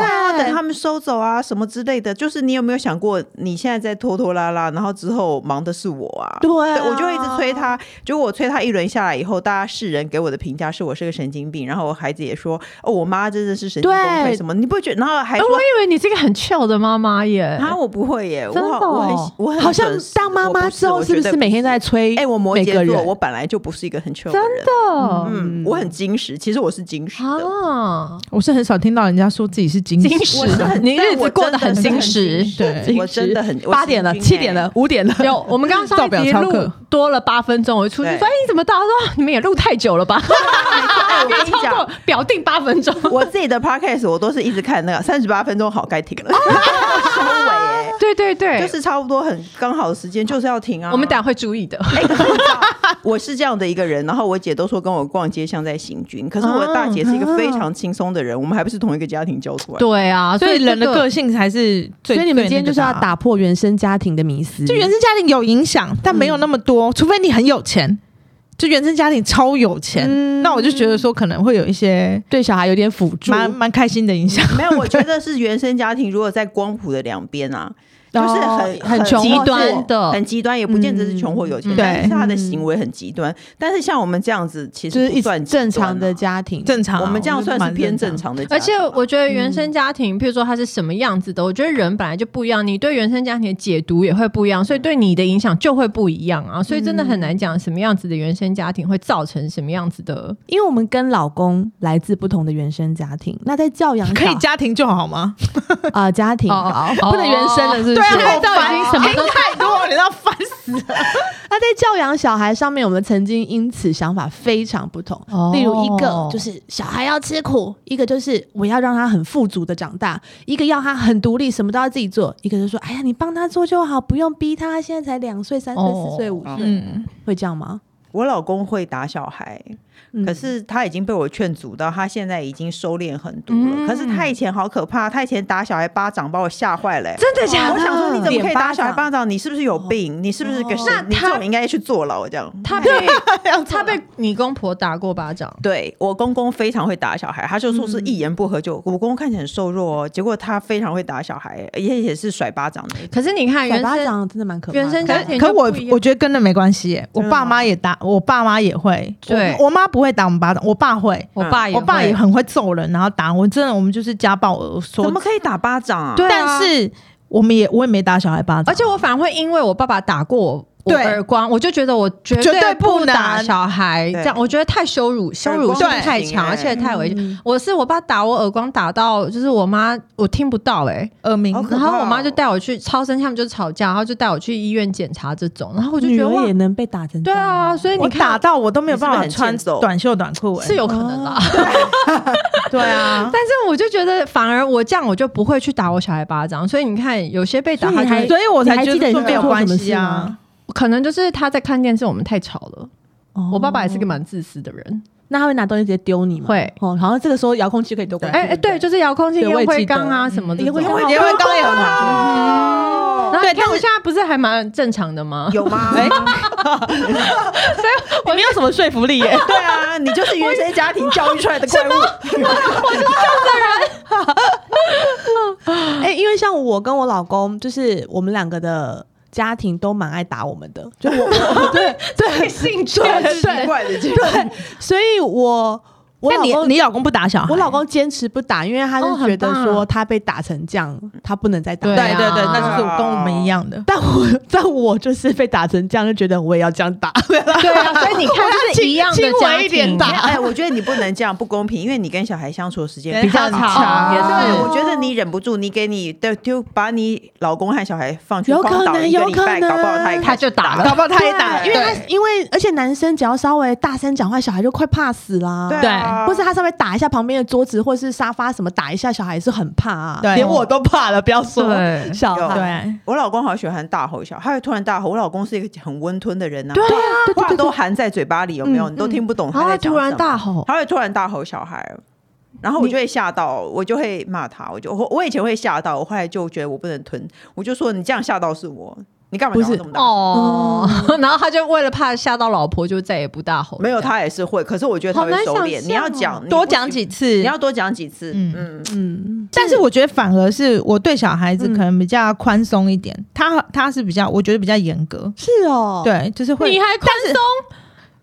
Speaker 1: 饭，
Speaker 3: 等他们收走啊，什么之类的。就是你有没有想过，你现在在拖拖拉拉，然后之后忙的是我啊？
Speaker 1: 对啊
Speaker 3: 我就一直催他。结果我催他一轮下来以后，大家世人给我的评价是我是个神经病，然后我孩子也说，哦，我妈真的是神经崩
Speaker 1: 对
Speaker 3: 溃什么？你不会觉得？然后还
Speaker 4: 哎
Speaker 3: 说
Speaker 4: 我。以为你是个很 chill 的妈妈耶，
Speaker 3: 啊，我不会耶，我
Speaker 4: 真的
Speaker 3: 好我
Speaker 4: 哦
Speaker 3: 很我很
Speaker 1: 好像
Speaker 3: 准时
Speaker 1: 当妈
Speaker 3: 我
Speaker 1: 妈
Speaker 3: 是
Speaker 1: 之后
Speaker 3: 我
Speaker 1: 是不
Speaker 3: 绝对
Speaker 1: 是每天都在催？
Speaker 3: 哎、我摩
Speaker 1: 每
Speaker 3: 羯
Speaker 1: 个
Speaker 3: 座，
Speaker 1: 人
Speaker 3: 我本来就不是一个很 chill 的
Speaker 4: 真
Speaker 3: 人，
Speaker 4: 的，
Speaker 3: 嗯很我很矜持，其实我是矜持的。
Speaker 4: 啊，
Speaker 2: 我是很少听到人家说自己是金
Speaker 4: 金
Speaker 2: 石
Speaker 4: 石
Speaker 3: 我是很，
Speaker 4: 你日子过得很
Speaker 3: 但我真
Speaker 4: 矜
Speaker 3: 的
Speaker 4: 持。
Speaker 2: 对
Speaker 3: 我真的很我
Speaker 1: 八点了，
Speaker 3: 行军
Speaker 1: 七点
Speaker 3: 欸
Speaker 1: 了，五点了，
Speaker 4: 有，我们刚刚
Speaker 2: 照
Speaker 4: 上
Speaker 2: 表
Speaker 4: 一集
Speaker 2: 超
Speaker 4: 录
Speaker 2: 课
Speaker 4: 多了八分钟，我一出去
Speaker 3: 对
Speaker 4: 说：“哎，你怎么到？”他说：“你们也录太久了吧？”
Speaker 3: 哎我跟你
Speaker 4: 超
Speaker 3: 讲
Speaker 4: 过，表定八分钟。
Speaker 3: [LAUGHS] 我自己的 podcast 我都是一直看那个三十八分钟，好该停了，哦收尾
Speaker 4: [LAUGHS] 对对
Speaker 3: 哎，
Speaker 4: 对，
Speaker 3: [LAUGHS] 就是差不多很刚好的时间，就是要停啊。
Speaker 4: 我们等下会注意的。
Speaker 3: 哎，可是你知道我是这样的一个人，然后我姐都说跟我逛街像在行军，可是我的大姐是一个非常轻松的人，我们还不是同一个家庭教出来的。
Speaker 4: 对啊，
Speaker 2: [LAUGHS] 所以
Speaker 4: 这
Speaker 2: 人的
Speaker 4: 个
Speaker 2: 个性才是最。
Speaker 1: 所以你们今天
Speaker 2: 最那个
Speaker 1: 就是
Speaker 2: 的
Speaker 1: 要
Speaker 2: 啊
Speaker 1: 打破原生家庭的迷思，
Speaker 2: 就原生家庭有影响，但没有那么多，除非你很有钱。就原生家庭超有钱，那我就觉得说可能会有一些
Speaker 1: 对小孩有点辅助，
Speaker 2: 蛮蛮开心的影响。
Speaker 3: 没有，我觉得是原生家庭，如果在光谱的两边 [LAUGHS] 啊，就是
Speaker 1: 哦
Speaker 3: 很
Speaker 1: 很穷
Speaker 4: 极
Speaker 1: 或
Speaker 4: 端
Speaker 1: 富
Speaker 4: 的
Speaker 3: 很极端，也不见得是穷或有钱，
Speaker 2: 嗯
Speaker 3: 但是
Speaker 2: 对
Speaker 3: 他的行为很极端。但是像我们这样子，其
Speaker 1: 就
Speaker 3: 实
Speaker 1: 是一
Speaker 3: 不算
Speaker 1: 直
Speaker 3: 极端啊
Speaker 1: 正常的，家庭，
Speaker 2: 正常啊、
Speaker 3: 我们这样算是
Speaker 2: 蛮
Speaker 3: 偏正。常的家
Speaker 4: 而且
Speaker 3: 庭啊。
Speaker 4: 我觉得原生家庭，譬如说他是什么样子的，我觉得人本来就不一样，你对原生家庭的解读也会不一样，所以对你的影响就会不一样啊。所以真的很难讲什么样子的原生家庭会造成什么样子的。
Speaker 1: 因为我们跟老公来自不同的原生家庭，那在教
Speaker 4: [LAUGHS]
Speaker 1: 养
Speaker 2: 可以
Speaker 1: 小
Speaker 2: 家庭就好吗？
Speaker 1: 啊、家庭
Speaker 4: 哦哦
Speaker 1: 不能原生了，是不是？
Speaker 2: 对啊，
Speaker 4: 现在
Speaker 2: 好
Speaker 4: 都已
Speaker 2: 烦
Speaker 4: 经
Speaker 2: 哦
Speaker 4: 什么都
Speaker 3: 啊
Speaker 2: 听太多，你知道烦死了。
Speaker 1: 那在教养小孩上面，我们曾经因此想法非常不同。
Speaker 4: 哦
Speaker 1: 例如，一个就是小孩要吃苦，一个就是我要让他很富足的长大，一个要他很独立，什么都要自己做，一个就说：“哎呀，你帮他做就好，不用逼他。现在才两岁、三岁、
Speaker 4: 哦
Speaker 1: 四岁、五岁，
Speaker 2: 嗯，
Speaker 1: 会这样吗？”
Speaker 3: 我老公会打小孩，
Speaker 1: 嗯
Speaker 3: 可是他已经被我劝阻到，他现在已经收敛很多了。
Speaker 4: 嗯
Speaker 3: 可是他以前好可怕，他以前打小孩巴掌把我吓坏了、欸。
Speaker 4: 真的假
Speaker 3: 我想说，你怎么可以打小孩
Speaker 1: 脸巴掌
Speaker 3: 巴掌？你是不是有病？你是不是个神
Speaker 4: 哦那？
Speaker 3: 你这
Speaker 4: 他
Speaker 3: 种应该去坐牢这样。
Speaker 4: 他被他被你公婆打过巴掌，
Speaker 3: 对我公公非常会打小孩，他就说是一言不合就。
Speaker 4: 嗯
Speaker 3: 我公公看起来很瘦弱哦，结果他非常会打小孩，而且也是甩巴掌的。
Speaker 4: 可是你看
Speaker 1: 甩
Speaker 4: 原
Speaker 1: 巴
Speaker 4: 生
Speaker 1: 掌真的蛮可怕的。
Speaker 4: 原生家庭
Speaker 2: 可
Speaker 4: 就不
Speaker 2: 我
Speaker 4: 一样
Speaker 2: 我觉得跟那没关系耶、我
Speaker 3: 真的吗
Speaker 2: 爸妈也打，我爸妈也会。
Speaker 4: 对
Speaker 2: 我我妈不会打我们巴掌，我爸会。
Speaker 4: 我爸也
Speaker 2: 我爸也
Speaker 4: 会
Speaker 2: 很会揍人，然后打我。真的，我们就是家暴儿说
Speaker 3: 怎么可以打巴掌啊？
Speaker 4: 对啊
Speaker 2: 但是我们也我也没打小孩巴掌，
Speaker 4: 而且我反而会因为我爸爸打过我。我
Speaker 2: 对
Speaker 4: 耳光，我就觉得我绝
Speaker 2: 绝对
Speaker 4: 不
Speaker 2: 不
Speaker 4: 打
Speaker 2: 能
Speaker 4: 小孩，
Speaker 3: 对
Speaker 4: 这样我觉得太羞辱，羞辱
Speaker 3: 耳光
Speaker 4: 性
Speaker 3: 不行
Speaker 4: 太强，
Speaker 3: 欸
Speaker 4: 而且太危险。我是我爸打我耳光，打到就是我妈我听不到哎、欸
Speaker 2: 耳鸣
Speaker 3: 好可
Speaker 4: 然
Speaker 3: 怕
Speaker 4: 后我妈
Speaker 3: 哦
Speaker 4: 就带我去超生气，他们就吵架，然后就带我去医院检查这种，然后我就觉
Speaker 1: 女
Speaker 4: 得哇
Speaker 1: 儿也，能被打成这
Speaker 4: 对
Speaker 1: 样吗
Speaker 4: 啊，，所以你
Speaker 2: 我打
Speaker 4: 看
Speaker 2: 到我都没有办法
Speaker 3: 你是不是很欠
Speaker 2: 穿
Speaker 3: 揍
Speaker 2: 短袖短裤、欸，
Speaker 4: 是有可能啦，
Speaker 2: 对啊。
Speaker 4: 但是我就觉得反而我这样我就不会去打我小孩巴掌，所以你看有些被打
Speaker 1: 所以
Speaker 4: 他
Speaker 1: 你还
Speaker 4: 就会
Speaker 2: [LAUGHS] 所以我
Speaker 1: 你还
Speaker 2: 才觉
Speaker 1: 记得
Speaker 2: 得
Speaker 1: 你
Speaker 2: 说
Speaker 1: 做
Speaker 2: 没有
Speaker 1: 过什
Speaker 2: 关
Speaker 1: 么
Speaker 2: 系
Speaker 1: 事
Speaker 2: 啊 [LAUGHS]
Speaker 1: 吗。
Speaker 4: 可能就是他在看电视，我们太吵了。
Speaker 1: 哦
Speaker 4: 我爸爸也是个蛮自私的人，
Speaker 1: 那他会拿东西直接丢你吗？
Speaker 4: 会
Speaker 1: 哦，然后这个时候遥控器可以丢过来。
Speaker 4: 哎哎，对，就是遥控器、
Speaker 1: 对我
Speaker 4: 烟
Speaker 1: 也
Speaker 4: 灰
Speaker 1: 记得
Speaker 4: 缸啊什么的。
Speaker 1: 烟灰缸
Speaker 3: 好
Speaker 2: 也会高有
Speaker 4: 然后
Speaker 2: 对
Speaker 4: 你看
Speaker 2: 但
Speaker 4: 我
Speaker 2: 是
Speaker 4: 现在不是还蛮正常的吗？
Speaker 3: 有吗？
Speaker 1: 我没有什么说服力
Speaker 3: [LAUGHS]
Speaker 1: 耶。
Speaker 3: 对啊，你就是原生家庭教育出来的怪物。
Speaker 1: 哎、因为像我跟我老公，就是我们两个的家庭都蛮爱打我们的，就我 [LAUGHS] 我对对
Speaker 4: 性质
Speaker 1: 对
Speaker 3: 奇怪的
Speaker 1: [LAUGHS]
Speaker 3: 结果，
Speaker 1: 对，所以我我
Speaker 2: 那
Speaker 1: 老
Speaker 2: 你
Speaker 1: 公
Speaker 2: 你老公不打小孩？
Speaker 1: 我老公坚持不打，因为他
Speaker 4: 哦
Speaker 1: 是
Speaker 4: 很
Speaker 1: 觉得
Speaker 4: 棒
Speaker 1: 说他被打成这样，他不能再打。
Speaker 4: 对
Speaker 2: 对
Speaker 4: 啊
Speaker 2: 对对，那就是我跟我们一样的。
Speaker 1: 但我但我就是被打成这样，就觉得我也要这样打。
Speaker 4: 对啊，所以 [LAUGHS] 你看就是一样的
Speaker 1: 轻
Speaker 4: 家
Speaker 1: 微一
Speaker 4: 庭
Speaker 1: 点打
Speaker 3: 哎，我觉得你不能这样，不公平，因为你跟小孩相处的时间
Speaker 2: 比较
Speaker 4: 吵
Speaker 2: 长
Speaker 4: 也
Speaker 3: 对，
Speaker 4: 是
Speaker 3: 我觉得你忍不住，你给你的丢，把你老公和小孩放去
Speaker 1: 有
Speaker 3: 荒岛
Speaker 1: 可能
Speaker 3: 一个礼
Speaker 1: 有可
Speaker 3: 拜，搞不好他也
Speaker 1: 能
Speaker 4: 他就打了，
Speaker 2: 搞不好 [LAUGHS] 他也打，
Speaker 3: 对
Speaker 2: 因
Speaker 1: 因为
Speaker 2: 为
Speaker 1: 他因为而且男生只要稍微大声讲话，小孩就快怕死啦。
Speaker 3: 对啊，
Speaker 1: 或是他稍微打一下旁边的桌子或是沙发什么，打一下小孩是很怕啊，
Speaker 2: 对
Speaker 1: 连我都怕了，不要说
Speaker 4: 对
Speaker 1: 小
Speaker 3: 有
Speaker 1: 孩。
Speaker 2: 对
Speaker 3: 我老公好喜欢大吼小孩，他会突然大吼。我老公是一个很温吞的人呐、
Speaker 1: 对啊对对对
Speaker 3: 话都含在嘴巴里，有没有？你都听不懂
Speaker 4: 然
Speaker 3: 他
Speaker 4: 后
Speaker 3: 在
Speaker 4: 哦他
Speaker 3: 讲
Speaker 4: 啊突
Speaker 3: 什
Speaker 4: 然
Speaker 3: 么
Speaker 4: 大，吼，
Speaker 3: 他会突然大吼小孩，然后我就会吓到，我就会骂他。我就我我以前会吓到，我后来就觉得我不能吞，我就说你这样吓到是我，你干嘛
Speaker 1: 不
Speaker 3: 讲话
Speaker 1: 是
Speaker 3: 这么大？
Speaker 4: 哦， [LAUGHS] 然后他就为了怕吓到老婆，就再也不大吼。
Speaker 3: 没有，他也是会，可是我觉得他
Speaker 4: 好难
Speaker 3: 会收
Speaker 4: 想
Speaker 3: 敛。
Speaker 4: 象
Speaker 3: 你要
Speaker 4: 哦
Speaker 3: 讲
Speaker 2: 多讲，几
Speaker 3: 你不
Speaker 2: 次
Speaker 3: 你。要多讲几次。
Speaker 2: 嗯
Speaker 3: 嗯，
Speaker 1: 嗯，
Speaker 2: 但是我觉得反而是我对小孩子
Speaker 1: 嗯
Speaker 2: 可能比较宽松一点，他他是比较我觉得比较严格，
Speaker 1: 是哦，，
Speaker 2: 对，就是会
Speaker 4: 你还宽松，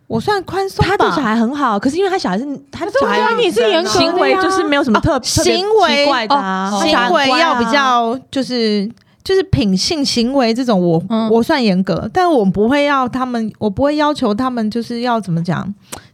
Speaker 2: 我算宽松吧，
Speaker 1: 他对小孩很好，可是因为他小孩是他
Speaker 4: 是
Speaker 1: 小
Speaker 4: 我
Speaker 1: 孩
Speaker 4: 觉得你是严格的呀
Speaker 1: 行为就是没有什么特
Speaker 2: 哦
Speaker 1: 特别
Speaker 2: 行为
Speaker 1: 奇怪的啊
Speaker 4: 哦
Speaker 1: 他小孩
Speaker 2: 行
Speaker 1: 很乖
Speaker 2: 为
Speaker 1: 啊
Speaker 2: 要比较就是。就是品性行为这种我，我、
Speaker 4: 嗯
Speaker 2: 算严格，但我不会要他们，我不会要求他们就是要怎么讲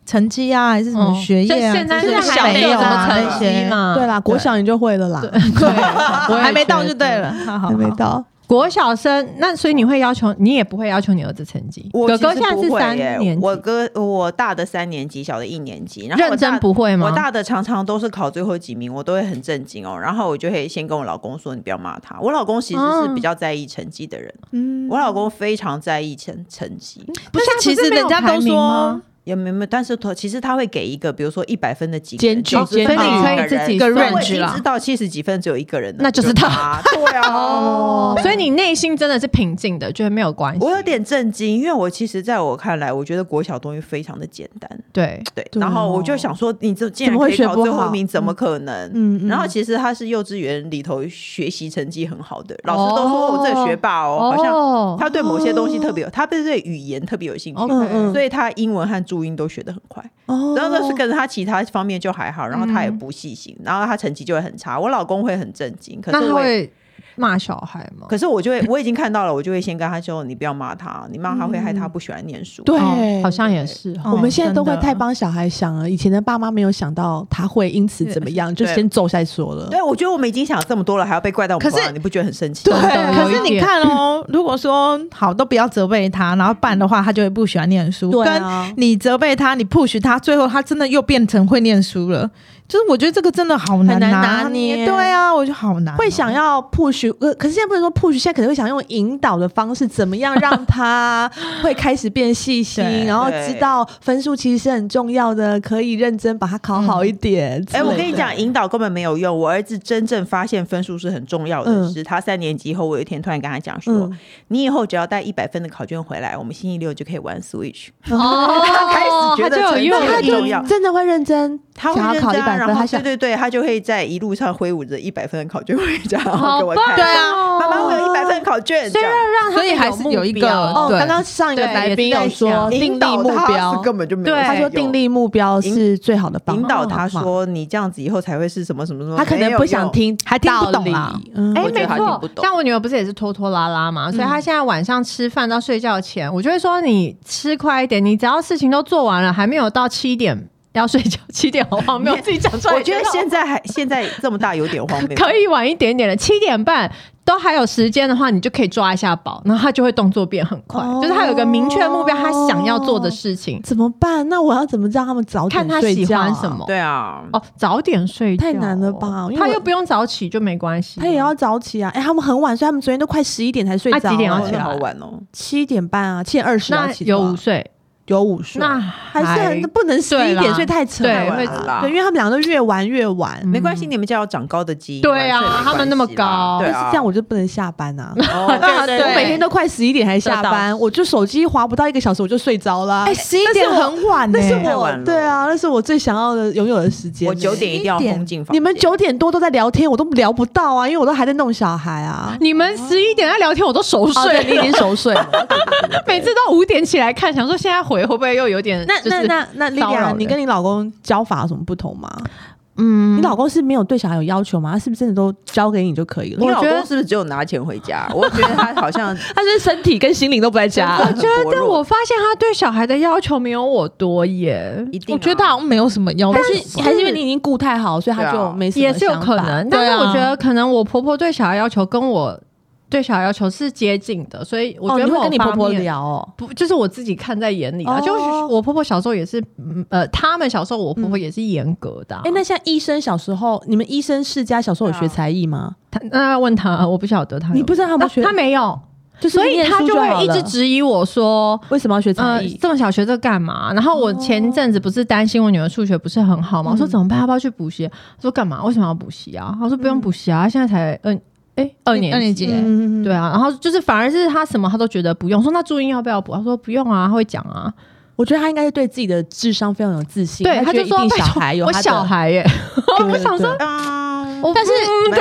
Speaker 2: 成绩啊，还是什么
Speaker 4: 嗯
Speaker 2: 学业啊，
Speaker 4: 就现在
Speaker 2: 这
Speaker 4: 是
Speaker 2: 种
Speaker 4: 还没
Speaker 2: 没有
Speaker 4: 有什么
Speaker 2: 啊
Speaker 4: 成绩
Speaker 2: 那些
Speaker 4: 嘛？
Speaker 1: 嗯对啦，国小你就会了啦，
Speaker 2: 对，
Speaker 1: 我
Speaker 2: [LAUGHS] 我
Speaker 1: 也
Speaker 2: 还没到
Speaker 1: 觉
Speaker 2: 就
Speaker 1: 得
Speaker 2: 对了，好好
Speaker 1: 还没
Speaker 2: 好
Speaker 1: 到。
Speaker 4: 国小生，那所以你会要求，你也不会要求你儿子成绩。
Speaker 3: 我
Speaker 4: 哥
Speaker 3: 其
Speaker 4: 哥
Speaker 3: 实
Speaker 4: 现在是
Speaker 3: 不会
Speaker 4: 三
Speaker 3: 耶
Speaker 4: 年级，
Speaker 3: 我哥我大的三年级，小的一年级，然后我
Speaker 4: 认
Speaker 3: 大
Speaker 4: 真不会吗？
Speaker 3: 我大的常常都是考最后几名，我都会很震惊哦。然后我就会先跟我老公说：“你不要骂他。”我老公其实
Speaker 4: 哦
Speaker 3: 是比较在意成绩的人，
Speaker 2: 嗯，
Speaker 3: 我老公非常在意成成绩，
Speaker 2: 不
Speaker 4: 但，
Speaker 2: 是
Speaker 4: 是啊
Speaker 2: 其
Speaker 4: 不
Speaker 2: 实
Speaker 4: 是没
Speaker 2: 人
Speaker 4: 有
Speaker 2: 家
Speaker 4: 排
Speaker 2: 都
Speaker 4: 名
Speaker 2: 说
Speaker 4: 吗
Speaker 3: 也没没，但是他其实他会给一个，比如说一百分的几个
Speaker 1: 间
Speaker 3: 人
Speaker 1: 距
Speaker 3: 90
Speaker 1: 间距
Speaker 3: 分的
Speaker 1: 所以
Speaker 4: 你可以
Speaker 3: 一个人
Speaker 4: 自己
Speaker 2: 个
Speaker 4: 分
Speaker 3: 我
Speaker 2: range
Speaker 3: 已经
Speaker 2: 啦
Speaker 3: 知，道七十几分只有一个人的，
Speaker 4: 那就是他。
Speaker 3: 对啊。
Speaker 4: 哦，所以你内心真的是平静的，觉得没有关系
Speaker 3: 我。有点震惊，因为我其实在我看来，我觉得国小东西非常的简单，
Speaker 4: 对，
Speaker 3: 对。
Speaker 1: 对
Speaker 3: 然后我
Speaker 1: 哦
Speaker 3: 就想说，你这竟
Speaker 1: 怎
Speaker 3: 然
Speaker 1: 么会
Speaker 3: 可以
Speaker 1: 学
Speaker 3: 考
Speaker 1: 不
Speaker 3: 最后
Speaker 1: 好
Speaker 3: 一名，怎么可能？
Speaker 1: 嗯嗯
Speaker 3: 然后其实他是幼稚园里头学习成绩很好的，老师都说我这学霸哦，好像
Speaker 4: 哦
Speaker 3: 他对某些东西特别有，他对对语言特别有兴趣，
Speaker 4: OK
Speaker 1: 嗯嗯
Speaker 3: 所以他英文和注音都学得很快。
Speaker 1: 哦
Speaker 3: 然后那是跟着他其他方面就还好，然后他也不细心，然后他成绩就会很差。我老公会很震惊，可
Speaker 4: 那
Speaker 3: 是
Speaker 4: 他
Speaker 3: 我也。
Speaker 4: 会骂小孩吗？
Speaker 3: 可是我就会，我已经看到了，我就会先跟他说：“你不要骂他，你骂他会害他不喜欢念书。
Speaker 1: 对
Speaker 4: 哦，好像也是哦。
Speaker 1: 我们现在都会
Speaker 2: 真的
Speaker 1: 太帮小孩想了，以前的爸妈没有想到他会因此怎么样，就
Speaker 3: 对
Speaker 1: 先揍下去说了。
Speaker 3: 对，我觉得我们已经想这么多了，还要被怪到我们啊
Speaker 2: 可是
Speaker 3: 头上你不觉得很生气？
Speaker 1: 对
Speaker 4: 真的
Speaker 2: 可是
Speaker 4: 有一
Speaker 2: 你
Speaker 4: 点
Speaker 2: 看哦，如果说好都不要责备他，然后办的话，他就会不喜欢念书。
Speaker 1: 对
Speaker 2: 跟
Speaker 1: 啊
Speaker 2: 你责备他，你 push 他，最后他真的又变成会念书了。就是我觉得这个真的好难
Speaker 1: 很难
Speaker 2: 拿
Speaker 1: 拿捏
Speaker 2: 对啊，我觉得好难哦、
Speaker 3: 嗯
Speaker 1: 会想要 push，呃，可是现在不能说 push，现在可能会想用引导的方式，怎么样让
Speaker 3: [LAUGHS]
Speaker 1: 他会开始变细心，
Speaker 2: 对
Speaker 1: 然后知道分数其实是很重要的，可以认真把它考好一点。
Speaker 3: 哎、我跟你
Speaker 1: 讲。
Speaker 3: 讲，引导根本没有用。我儿子真正发现分数是很重要的
Speaker 1: 嗯
Speaker 3: 是，他三年级后，我有一天突然跟他讲说：“
Speaker 1: 嗯
Speaker 3: 你以后只要带一百分的考卷回来，我们星期六就可以玩 Switch。
Speaker 4: 哦，
Speaker 3: 他 [LAUGHS] 开始觉得
Speaker 4: 他就有
Speaker 3: 成
Speaker 1: 他
Speaker 3: 绩
Speaker 4: 用
Speaker 1: 就
Speaker 3: 重要
Speaker 1: 真的会认真，”
Speaker 3: 他会
Speaker 1: 想要
Speaker 3: 认
Speaker 1: 考一
Speaker 3: 真啊，
Speaker 1: 百
Speaker 3: 然
Speaker 1: 分，他
Speaker 3: 后
Speaker 1: 想
Speaker 3: 对对对，他就会在一路上挥舞着一百分的考卷回
Speaker 4: [LAUGHS]
Speaker 3: 家，然后
Speaker 4: 好
Speaker 3: 给我
Speaker 4: 棒
Speaker 3: 看。
Speaker 4: 哦！
Speaker 2: 对啊
Speaker 3: 妈妈，我有一百份考卷，这
Speaker 4: 虽
Speaker 3: 样
Speaker 4: 然让他
Speaker 2: 所以还
Speaker 4: 们
Speaker 2: 是有一
Speaker 4: 目标
Speaker 2: 个
Speaker 1: 哦。
Speaker 2: 对
Speaker 1: 刚刚上一个
Speaker 4: 对
Speaker 1: 来宾有说
Speaker 4: 也
Speaker 1: 定
Speaker 3: 引
Speaker 1: 立
Speaker 3: 导
Speaker 1: 目
Speaker 3: 他
Speaker 1: 标
Speaker 3: 是，根本就没有
Speaker 4: 对
Speaker 3: 用。
Speaker 1: 他说定立目标是最好的帮
Speaker 3: 引导他
Speaker 1: 帮忙
Speaker 3: 说：“你这样子以后才会是什么什么什么。”
Speaker 1: 他可能不想听，
Speaker 2: 还听不懂啦
Speaker 1: 道理。嗯
Speaker 4: 哎，
Speaker 3: 我觉
Speaker 4: 没
Speaker 3: 得他听
Speaker 4: 错
Speaker 3: 不，懂
Speaker 4: 像我女儿不是也是拖拖拉拉嘛，所以她现在晚上吃饭到睡觉前，我就会说你吃快一点，你只要事情都做完了，还没有到七点要睡觉，七点好荒谬，自己讲出来。
Speaker 3: 我
Speaker 4: [LAUGHS]
Speaker 3: 觉得现
Speaker 4: 在。
Speaker 3: 在还现在这么大有点荒谬。
Speaker 4: [LAUGHS] 可以晚一点点了，七点半都还有时间的话，你就可以抓一下宝，然后他就会动作变很快，
Speaker 1: 哦
Speaker 4: 就是他有个明确目标，他想要做的事情，
Speaker 1: 怎么办？那我要怎么让他们早点
Speaker 4: 看他
Speaker 1: 睡
Speaker 4: 喜
Speaker 1: 觉啊
Speaker 4: 欢什么。
Speaker 3: 对啊，
Speaker 4: 哦，早点睡觉
Speaker 1: 太难了吧因为我
Speaker 4: 他又不用早起就没关系，
Speaker 1: 他也要早起啊！哎，他们很晚睡，他们昨天都快十一点才睡着
Speaker 4: 啊
Speaker 1: 啊。
Speaker 4: 几点要
Speaker 3: 然
Speaker 4: 起
Speaker 3: 后
Speaker 4: 来
Speaker 3: 好晚哦。
Speaker 1: 七点半啊，七点二十要
Speaker 4: 那
Speaker 1: 起
Speaker 4: 有
Speaker 1: 床
Speaker 4: 午睡，
Speaker 1: 有午睡，
Speaker 4: 那
Speaker 1: 还
Speaker 4: 还
Speaker 1: 是啊很不能十一
Speaker 4: 对
Speaker 1: 点
Speaker 4: 啦
Speaker 1: 睡太扯
Speaker 4: 对
Speaker 1: 太晚
Speaker 4: 会
Speaker 1: 了
Speaker 3: 死
Speaker 1: 啦
Speaker 3: 啦
Speaker 1: 对，因为他们两个都越玩越晚。
Speaker 4: 嗯
Speaker 3: 没关系，你们家有长高的基因。
Speaker 4: 对啊
Speaker 3: 晚睡没
Speaker 4: 他们那么
Speaker 3: 关系啦
Speaker 4: 高
Speaker 3: 对
Speaker 1: 但是
Speaker 3: 啊，
Speaker 1: 这样我就不能下班啊！ [LAUGHS]
Speaker 3: 哦
Speaker 4: 对对
Speaker 1: 我每天都快十一点才下
Speaker 4: 这
Speaker 1: 班，我就手机划不到一个小时我就睡着啦。
Speaker 2: 哎，十一点很晚欸呢、
Speaker 1: 那是
Speaker 3: 太
Speaker 1: 我
Speaker 3: 晚了
Speaker 1: 对啊，那是我最想要的拥有的时间。
Speaker 3: 我九点一定要
Speaker 2: 11点
Speaker 3: 轰进房间。
Speaker 1: 你们九点多都在聊天，我都聊不到啊，因为我都还在弄小孩啊。
Speaker 4: [LAUGHS] 你们十一点在聊天，我都熟
Speaker 1: 哦对
Speaker 4: 睡
Speaker 1: 你已
Speaker 4: 了，
Speaker 1: 经熟睡了。
Speaker 4: [LAUGHS] 每次都五点起来看，想说现在回会不会又有点
Speaker 1: 那
Speaker 4: 就是
Speaker 1: 那那那莉
Speaker 4: 骚扰
Speaker 1: 亚，
Speaker 4: 人
Speaker 1: 你跟你老公教法有什么不同吗？
Speaker 4: 嗯
Speaker 1: 你老公是没有对小孩有要求吗？他是不是真的都交给你就可以
Speaker 3: [LAUGHS] 你
Speaker 1: 了？
Speaker 3: 老
Speaker 4: 我觉得
Speaker 3: 公是不是只有拿钱回家？我觉得他好像
Speaker 1: 他是身体跟心灵都不在家啊
Speaker 4: [LAUGHS] 我觉
Speaker 3: 很薄
Speaker 4: 得
Speaker 3: 弱
Speaker 4: 我发现他对小孩的要求没有我多耶，
Speaker 3: 一定啊。
Speaker 2: 我觉得他好像没有什么要求
Speaker 1: 还，是还是因为你已经顾太好，所以他
Speaker 3: 对
Speaker 1: 就
Speaker 3: 啊
Speaker 1: 没什么
Speaker 4: 也是有
Speaker 1: 想
Speaker 4: 可
Speaker 1: 法哦
Speaker 4: 能，
Speaker 2: 对
Speaker 4: 但
Speaker 2: 啊
Speaker 4: 是我觉得可能我婆婆对小孩要求跟我对小孩要求是接近的，所以我觉
Speaker 1: 哦，
Speaker 4: 得
Speaker 1: 你会
Speaker 4: 某
Speaker 1: 跟你
Speaker 4: 方
Speaker 1: 婆婆
Speaker 4: 面
Speaker 1: 聊哦。
Speaker 4: 不就是我自己看在眼里啊，
Speaker 1: 哦
Speaker 4: 就是我婆婆小时候也是，嗯呃，他们小时候我婆婆也是严格的啊、
Speaker 1: 哎、嗯那像医生小时候，你们医生世家小时候有学才艺吗？
Speaker 4: 他那要问他，我不晓得他有
Speaker 1: 你不知道他有没有
Speaker 4: 啊
Speaker 1: 学
Speaker 4: 他没有，
Speaker 1: 就是
Speaker 4: 所以
Speaker 1: 念
Speaker 4: 他
Speaker 1: 书就好
Speaker 4: 会一直
Speaker 1: 了
Speaker 4: 质疑我说，
Speaker 1: 为什么要学才
Speaker 4: 呃
Speaker 1: 艺，？
Speaker 4: 这么小学这干嘛？然后我前一阵子不是担心我女儿数学不是很好吗？我说怎么办？要不要去补习？他说干嘛？为什么要补习啊？他说不用补习啊，现在才二哎二年
Speaker 2: 二年级
Speaker 1: 嗯，
Speaker 4: 对啊，然后就是反而是他什么他都觉得不用，说那注音要不要补？他说不用啊，他会讲啊。
Speaker 1: 我觉得他应该是对自己的智商非常有自信，
Speaker 4: 对，
Speaker 1: 他觉
Speaker 4: 就
Speaker 1: 得
Speaker 4: 说
Speaker 1: 一定
Speaker 4: 拜
Speaker 1: 小
Speaker 4: 托
Speaker 1: 孩有
Speaker 4: 我
Speaker 1: 他的
Speaker 4: 小，孩耶，
Speaker 1: 对
Speaker 4: 我想说，
Speaker 3: 啊，
Speaker 4: 我但是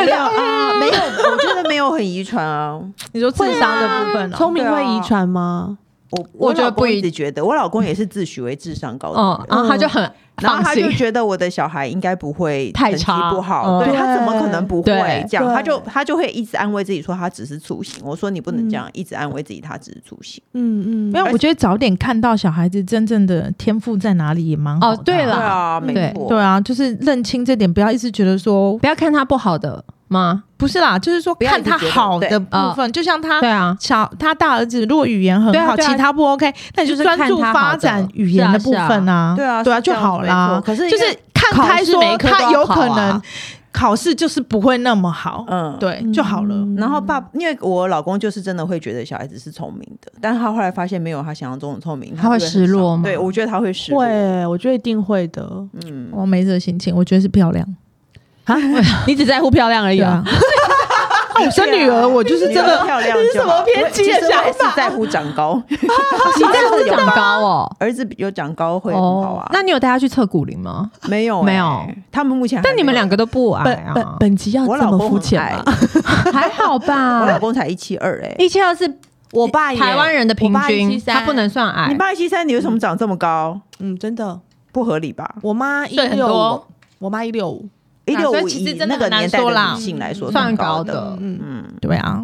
Speaker 3: 没有啊，没有，我觉得没有很遗传啊。
Speaker 2: 你说智商的部分、
Speaker 1: 对
Speaker 2: 哦，
Speaker 1: 聪明
Speaker 3: 对
Speaker 1: 会
Speaker 3: 啊
Speaker 1: 遗传吗？
Speaker 3: 我
Speaker 4: [LAUGHS] 我觉得
Speaker 3: 老公
Speaker 4: 不一
Speaker 3: 一直觉得，我老公也是自诩为智商高的人，
Speaker 4: 嗯，然后他就很
Speaker 3: 然后他
Speaker 4: 放心
Speaker 3: 就觉得我的小孩应该不会
Speaker 4: 太
Speaker 3: 成绩
Speaker 4: 差
Speaker 3: 不好，
Speaker 4: 嗯
Speaker 3: 对他怎么可能不会
Speaker 4: 对
Speaker 3: 这样？
Speaker 1: 对
Speaker 3: 他就他就会一直安慰自己说他只是粗心。我说你不能这样，
Speaker 4: 嗯
Speaker 3: 一直安慰自己他只是粗心。
Speaker 1: 嗯嗯，
Speaker 2: 没有，我觉得早点看到小孩子真正的天赋在哪里也蛮好的啊。
Speaker 4: 哦对
Speaker 3: 对
Speaker 4: 啦
Speaker 3: 啊，
Speaker 4: 嗯
Speaker 3: 没
Speaker 4: 对
Speaker 3: 错，
Speaker 2: 对啊，就是认清这点，不要一直觉得说
Speaker 4: 不要看他不好的吗？
Speaker 2: 不是啦，就是说
Speaker 3: 不要一
Speaker 2: 看
Speaker 3: 直
Speaker 2: 他
Speaker 3: 觉得
Speaker 2: 好
Speaker 3: 对嗯
Speaker 2: 的部分，就像他
Speaker 4: 对啊，
Speaker 2: 小他大儿子如果语言很
Speaker 4: 对啊
Speaker 2: 好，
Speaker 4: 对啊
Speaker 2: 其他不 OK，那你
Speaker 4: 就是
Speaker 2: 专注
Speaker 4: 看他好
Speaker 2: 发
Speaker 4: 的
Speaker 2: 展语言的
Speaker 4: 是
Speaker 2: 部
Speaker 4: 啊
Speaker 2: 分啊，
Speaker 3: 是啊
Speaker 2: 对啊
Speaker 3: 是这
Speaker 2: 就
Speaker 3: 样子
Speaker 2: 好
Speaker 3: 没
Speaker 2: 啦
Speaker 3: 错。可是因为
Speaker 2: 就是看
Speaker 4: 考
Speaker 2: 开
Speaker 4: 试
Speaker 2: 说
Speaker 4: 每科都
Speaker 2: 他
Speaker 4: 要
Speaker 2: 有
Speaker 4: 考
Speaker 2: 可
Speaker 4: 啊
Speaker 2: 能考试就是不会那么好，
Speaker 3: 嗯，。
Speaker 2: 对就好了。
Speaker 3: 然后爸，因为我老公就是真的会觉得小孩子是聪明的，但他后来发现没有他想象中的聪明，
Speaker 4: 他会
Speaker 3: 就很
Speaker 4: 失落
Speaker 3: 伤
Speaker 4: 吗
Speaker 3: 对，我觉得他会失落。
Speaker 1: 会，我觉得一定会的。
Speaker 3: 嗯，
Speaker 2: 我没这个心情，我觉得是漂亮。
Speaker 1: 你只在乎漂亮而已
Speaker 2: 对
Speaker 1: 啊
Speaker 2: 啊，，我生女儿，我就是真
Speaker 3: 女儿
Speaker 2: 的
Speaker 3: 漂亮就
Speaker 1: 什
Speaker 3: 好。
Speaker 1: 么偏激的
Speaker 3: 我其实我也
Speaker 1: 想法
Speaker 3: 是在乎长高，
Speaker 4: 你在乎长高哦。
Speaker 3: 儿子有长高会很好啊。
Speaker 4: 那你有带他去测骨龄吗？
Speaker 3: 没有欸
Speaker 4: 哦没有，
Speaker 3: 他们目前还
Speaker 4: 但你
Speaker 3: 没
Speaker 4: 们
Speaker 3: 有
Speaker 4: 两个都不矮
Speaker 1: 本本
Speaker 4: 啊，
Speaker 1: 本集要
Speaker 3: 我
Speaker 1: 这
Speaker 3: 老
Speaker 1: 么
Speaker 3: 公
Speaker 1: 肤
Speaker 3: 很
Speaker 1: 浅
Speaker 3: 矮
Speaker 1: 吗？
Speaker 4: [LAUGHS] 还好
Speaker 3: 我老
Speaker 4: 吧？
Speaker 3: 公才一七二哎。
Speaker 4: 一七二是
Speaker 1: 我爸也
Speaker 4: 台湾人的平
Speaker 1: 我爸
Speaker 4: 均，
Speaker 1: 173
Speaker 4: 他不能算矮哦
Speaker 3: 你。爸一七三，你为什么长这么高？
Speaker 1: 嗯，真的，
Speaker 3: 不合理
Speaker 4: 啊
Speaker 3: 吧？
Speaker 1: 我妈一
Speaker 4: 对很
Speaker 1: 六
Speaker 4: 多，
Speaker 1: 我妈一六五，
Speaker 3: 一六
Speaker 4: 所以
Speaker 3: 五
Speaker 4: 其实
Speaker 3: 以
Speaker 4: 真的
Speaker 3: 那个
Speaker 4: 很难
Speaker 3: 年代
Speaker 4: 说
Speaker 3: 的
Speaker 4: 啦
Speaker 3: 女性来说
Speaker 4: 算
Speaker 3: 算
Speaker 4: 高
Speaker 3: 的
Speaker 4: 的。
Speaker 1: 嗯，
Speaker 3: 嗯，
Speaker 2: 对啊，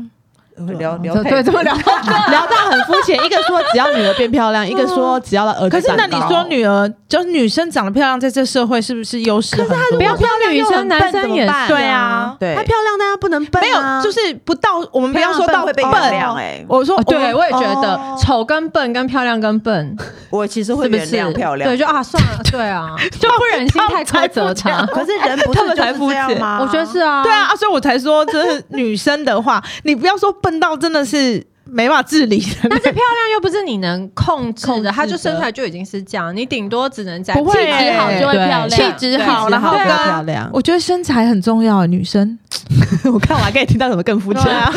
Speaker 3: 聊聊
Speaker 4: 对啊对，
Speaker 3: 太
Speaker 4: 这么聊到这
Speaker 1: [LAUGHS] 聊到很肤浅，一个说只要女儿变漂 [LAUGHS] 亮，一个说只要儿
Speaker 2: 可
Speaker 1: 子
Speaker 2: 是
Speaker 1: 长高。
Speaker 2: 那你说女儿，就是女生长得漂亮，在这社会是不是优势很多？
Speaker 4: 不要漂亮，女
Speaker 1: 又
Speaker 4: 生
Speaker 1: 很笨
Speaker 4: 男生
Speaker 1: 怎么
Speaker 4: 也是
Speaker 1: 办
Speaker 2: 对啊，
Speaker 3: 对
Speaker 1: 她漂亮，但她不能笨
Speaker 2: 没
Speaker 1: 啊，
Speaker 2: 有，就是不到，我们不要说
Speaker 3: 笨
Speaker 2: 到
Speaker 3: 会被原谅哎，
Speaker 2: 我说
Speaker 4: 哦，对，我也觉
Speaker 1: 哦
Speaker 4: 得丑跟笨跟漂亮跟笨
Speaker 3: 我其实会
Speaker 4: 是不
Speaker 3: 原
Speaker 4: 是
Speaker 3: 谅漂亮，
Speaker 4: 对，就啊算了，对啊，就不忍心太苛责他。
Speaker 3: 啊可是人不
Speaker 2: 他
Speaker 3: 是
Speaker 2: 们
Speaker 3: 就
Speaker 2: 才
Speaker 3: 是
Speaker 2: 肤
Speaker 3: 这样
Speaker 2: 浅
Speaker 3: 吗？
Speaker 4: 我觉得是啊，
Speaker 2: 对啊，啊所以我才说， [LAUGHS] 就是女生的话，你不要说笨到真的是没法治理的，
Speaker 4: 但是漂亮又不是你能控制
Speaker 2: 控制
Speaker 4: 的，
Speaker 2: 的
Speaker 4: 她就生出来就已经是这样，你顶多只能在
Speaker 2: 不会
Speaker 4: 气质
Speaker 2: 欸
Speaker 4: 好就会漂亮，
Speaker 2: 气质好，然后
Speaker 4: 对
Speaker 2: 跟
Speaker 4: 啊
Speaker 1: 漂亮
Speaker 2: [LAUGHS] 我觉得身材很重要，女 [LAUGHS] 生。
Speaker 1: 我看我还可以听到什么更肤浅
Speaker 2: 对啊，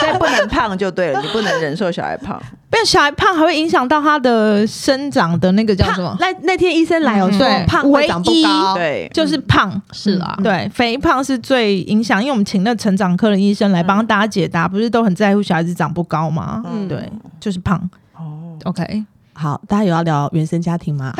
Speaker 3: 所以不能胖就对了，你不能忍受小孩
Speaker 4: [LAUGHS]
Speaker 3: 胖。
Speaker 2: 变小孩胖还会影响到她的生长的那个叫什么？
Speaker 1: 那那天医生来有
Speaker 4: 嗯
Speaker 1: 说
Speaker 2: 对
Speaker 1: 胖会长不
Speaker 2: 唯一
Speaker 1: 高，
Speaker 3: 对， [LAUGHS]
Speaker 2: 就是胖。
Speaker 4: 是啊，
Speaker 2: 对，肥胖是最影响，因为我们请那成长科的医生来
Speaker 4: 嗯
Speaker 2: 帮大家解答，不是都很在乎小孩子长不高吗？
Speaker 1: 嗯
Speaker 2: 对，就是胖。
Speaker 3: 哦，
Speaker 2: OK，
Speaker 1: 好，大家有要聊原生家庭 [LAUGHS] 吗？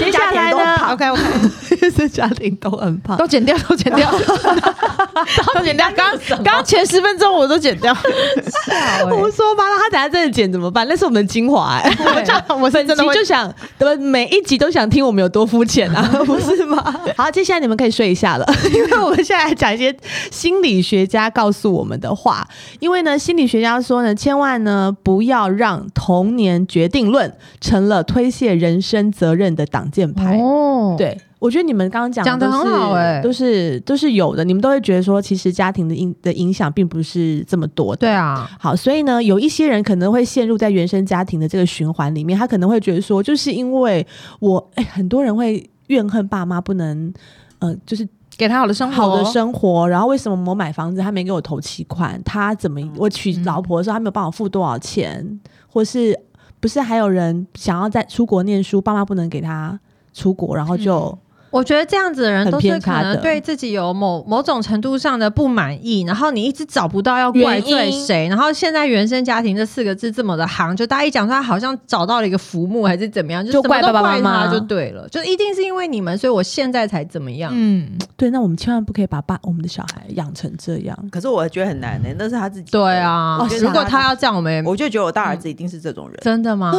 Speaker 3: 接
Speaker 1: 下来呢
Speaker 2: ，OK OK， [LAUGHS]
Speaker 1: 原生家庭都很胖，
Speaker 2: 都剪掉，都剪掉，都剪掉。刚刚刚前十分钟我都剪掉，
Speaker 1: 胡说八道，他等下真的剪怎么办？那是我们的精华、哎， [LAUGHS] 我就
Speaker 2: 我是真的
Speaker 1: 你
Speaker 2: 会
Speaker 1: 就想，对吧每一集都想听我们有多肤浅啊， [LAUGHS] 不是吗？好，接下来你们可以睡一下了， [LAUGHS] 因为我们现在来讲一些心理学家告诉我们的话。因为呢，心理学家说呢，千万呢不要让童年决定论成了推卸人生责任的挡箭牌。
Speaker 4: 哦，
Speaker 1: 对，我觉得你们刚刚讲
Speaker 4: 讲得
Speaker 1: 都是
Speaker 4: 很好欸
Speaker 1: 都是都是有的，你们都会觉得说，其实家庭的影的影响并不是这么多的。
Speaker 4: 对啊，
Speaker 1: 好，所以呢，有一些人可能会陷入在原生家庭的这个循环里面，他可能会觉得说，就是因为我，哎、很多人会怨恨爸妈不能，呃，就是
Speaker 2: 给他好的生活，
Speaker 1: 好的生活，然后为什么我买房子他没给我投期款，他怎么我娶老婆的时候他没有帮我付多少钱，或是不是还有人想要在出国念书，爸妈不能给他出国，然后
Speaker 3: 嗯
Speaker 1: 就、
Speaker 4: 我觉得这样子的人
Speaker 1: 很
Speaker 4: 都是
Speaker 1: 偏
Speaker 4: 可
Speaker 1: 差
Speaker 4: 能
Speaker 1: 的
Speaker 4: 对自己有某某种程度上的不满意，然后你一直找不到要怪罪
Speaker 1: 原因
Speaker 4: 谁，然后现在原生家庭这四个字这么的行，就大家一讲出来好像找到了一个浮木还是怎么样，就
Speaker 1: 就
Speaker 4: 什么
Speaker 1: 怪
Speaker 4: 都
Speaker 1: 爸爸
Speaker 4: 怪
Speaker 1: 妈妈
Speaker 4: 他就对了，就一定是因为你们，所以我现在才怎么样。
Speaker 2: 嗯，
Speaker 1: 对，那我们千万不可以把爸我们的小孩养成这样。
Speaker 3: 可是我觉得很难欸呢，那是他自己。
Speaker 4: 对，啊，
Speaker 1: 哦
Speaker 4: 如果他要这样，我们也
Speaker 3: 我就觉得我大儿子一定是这种人，
Speaker 4: 真的吗？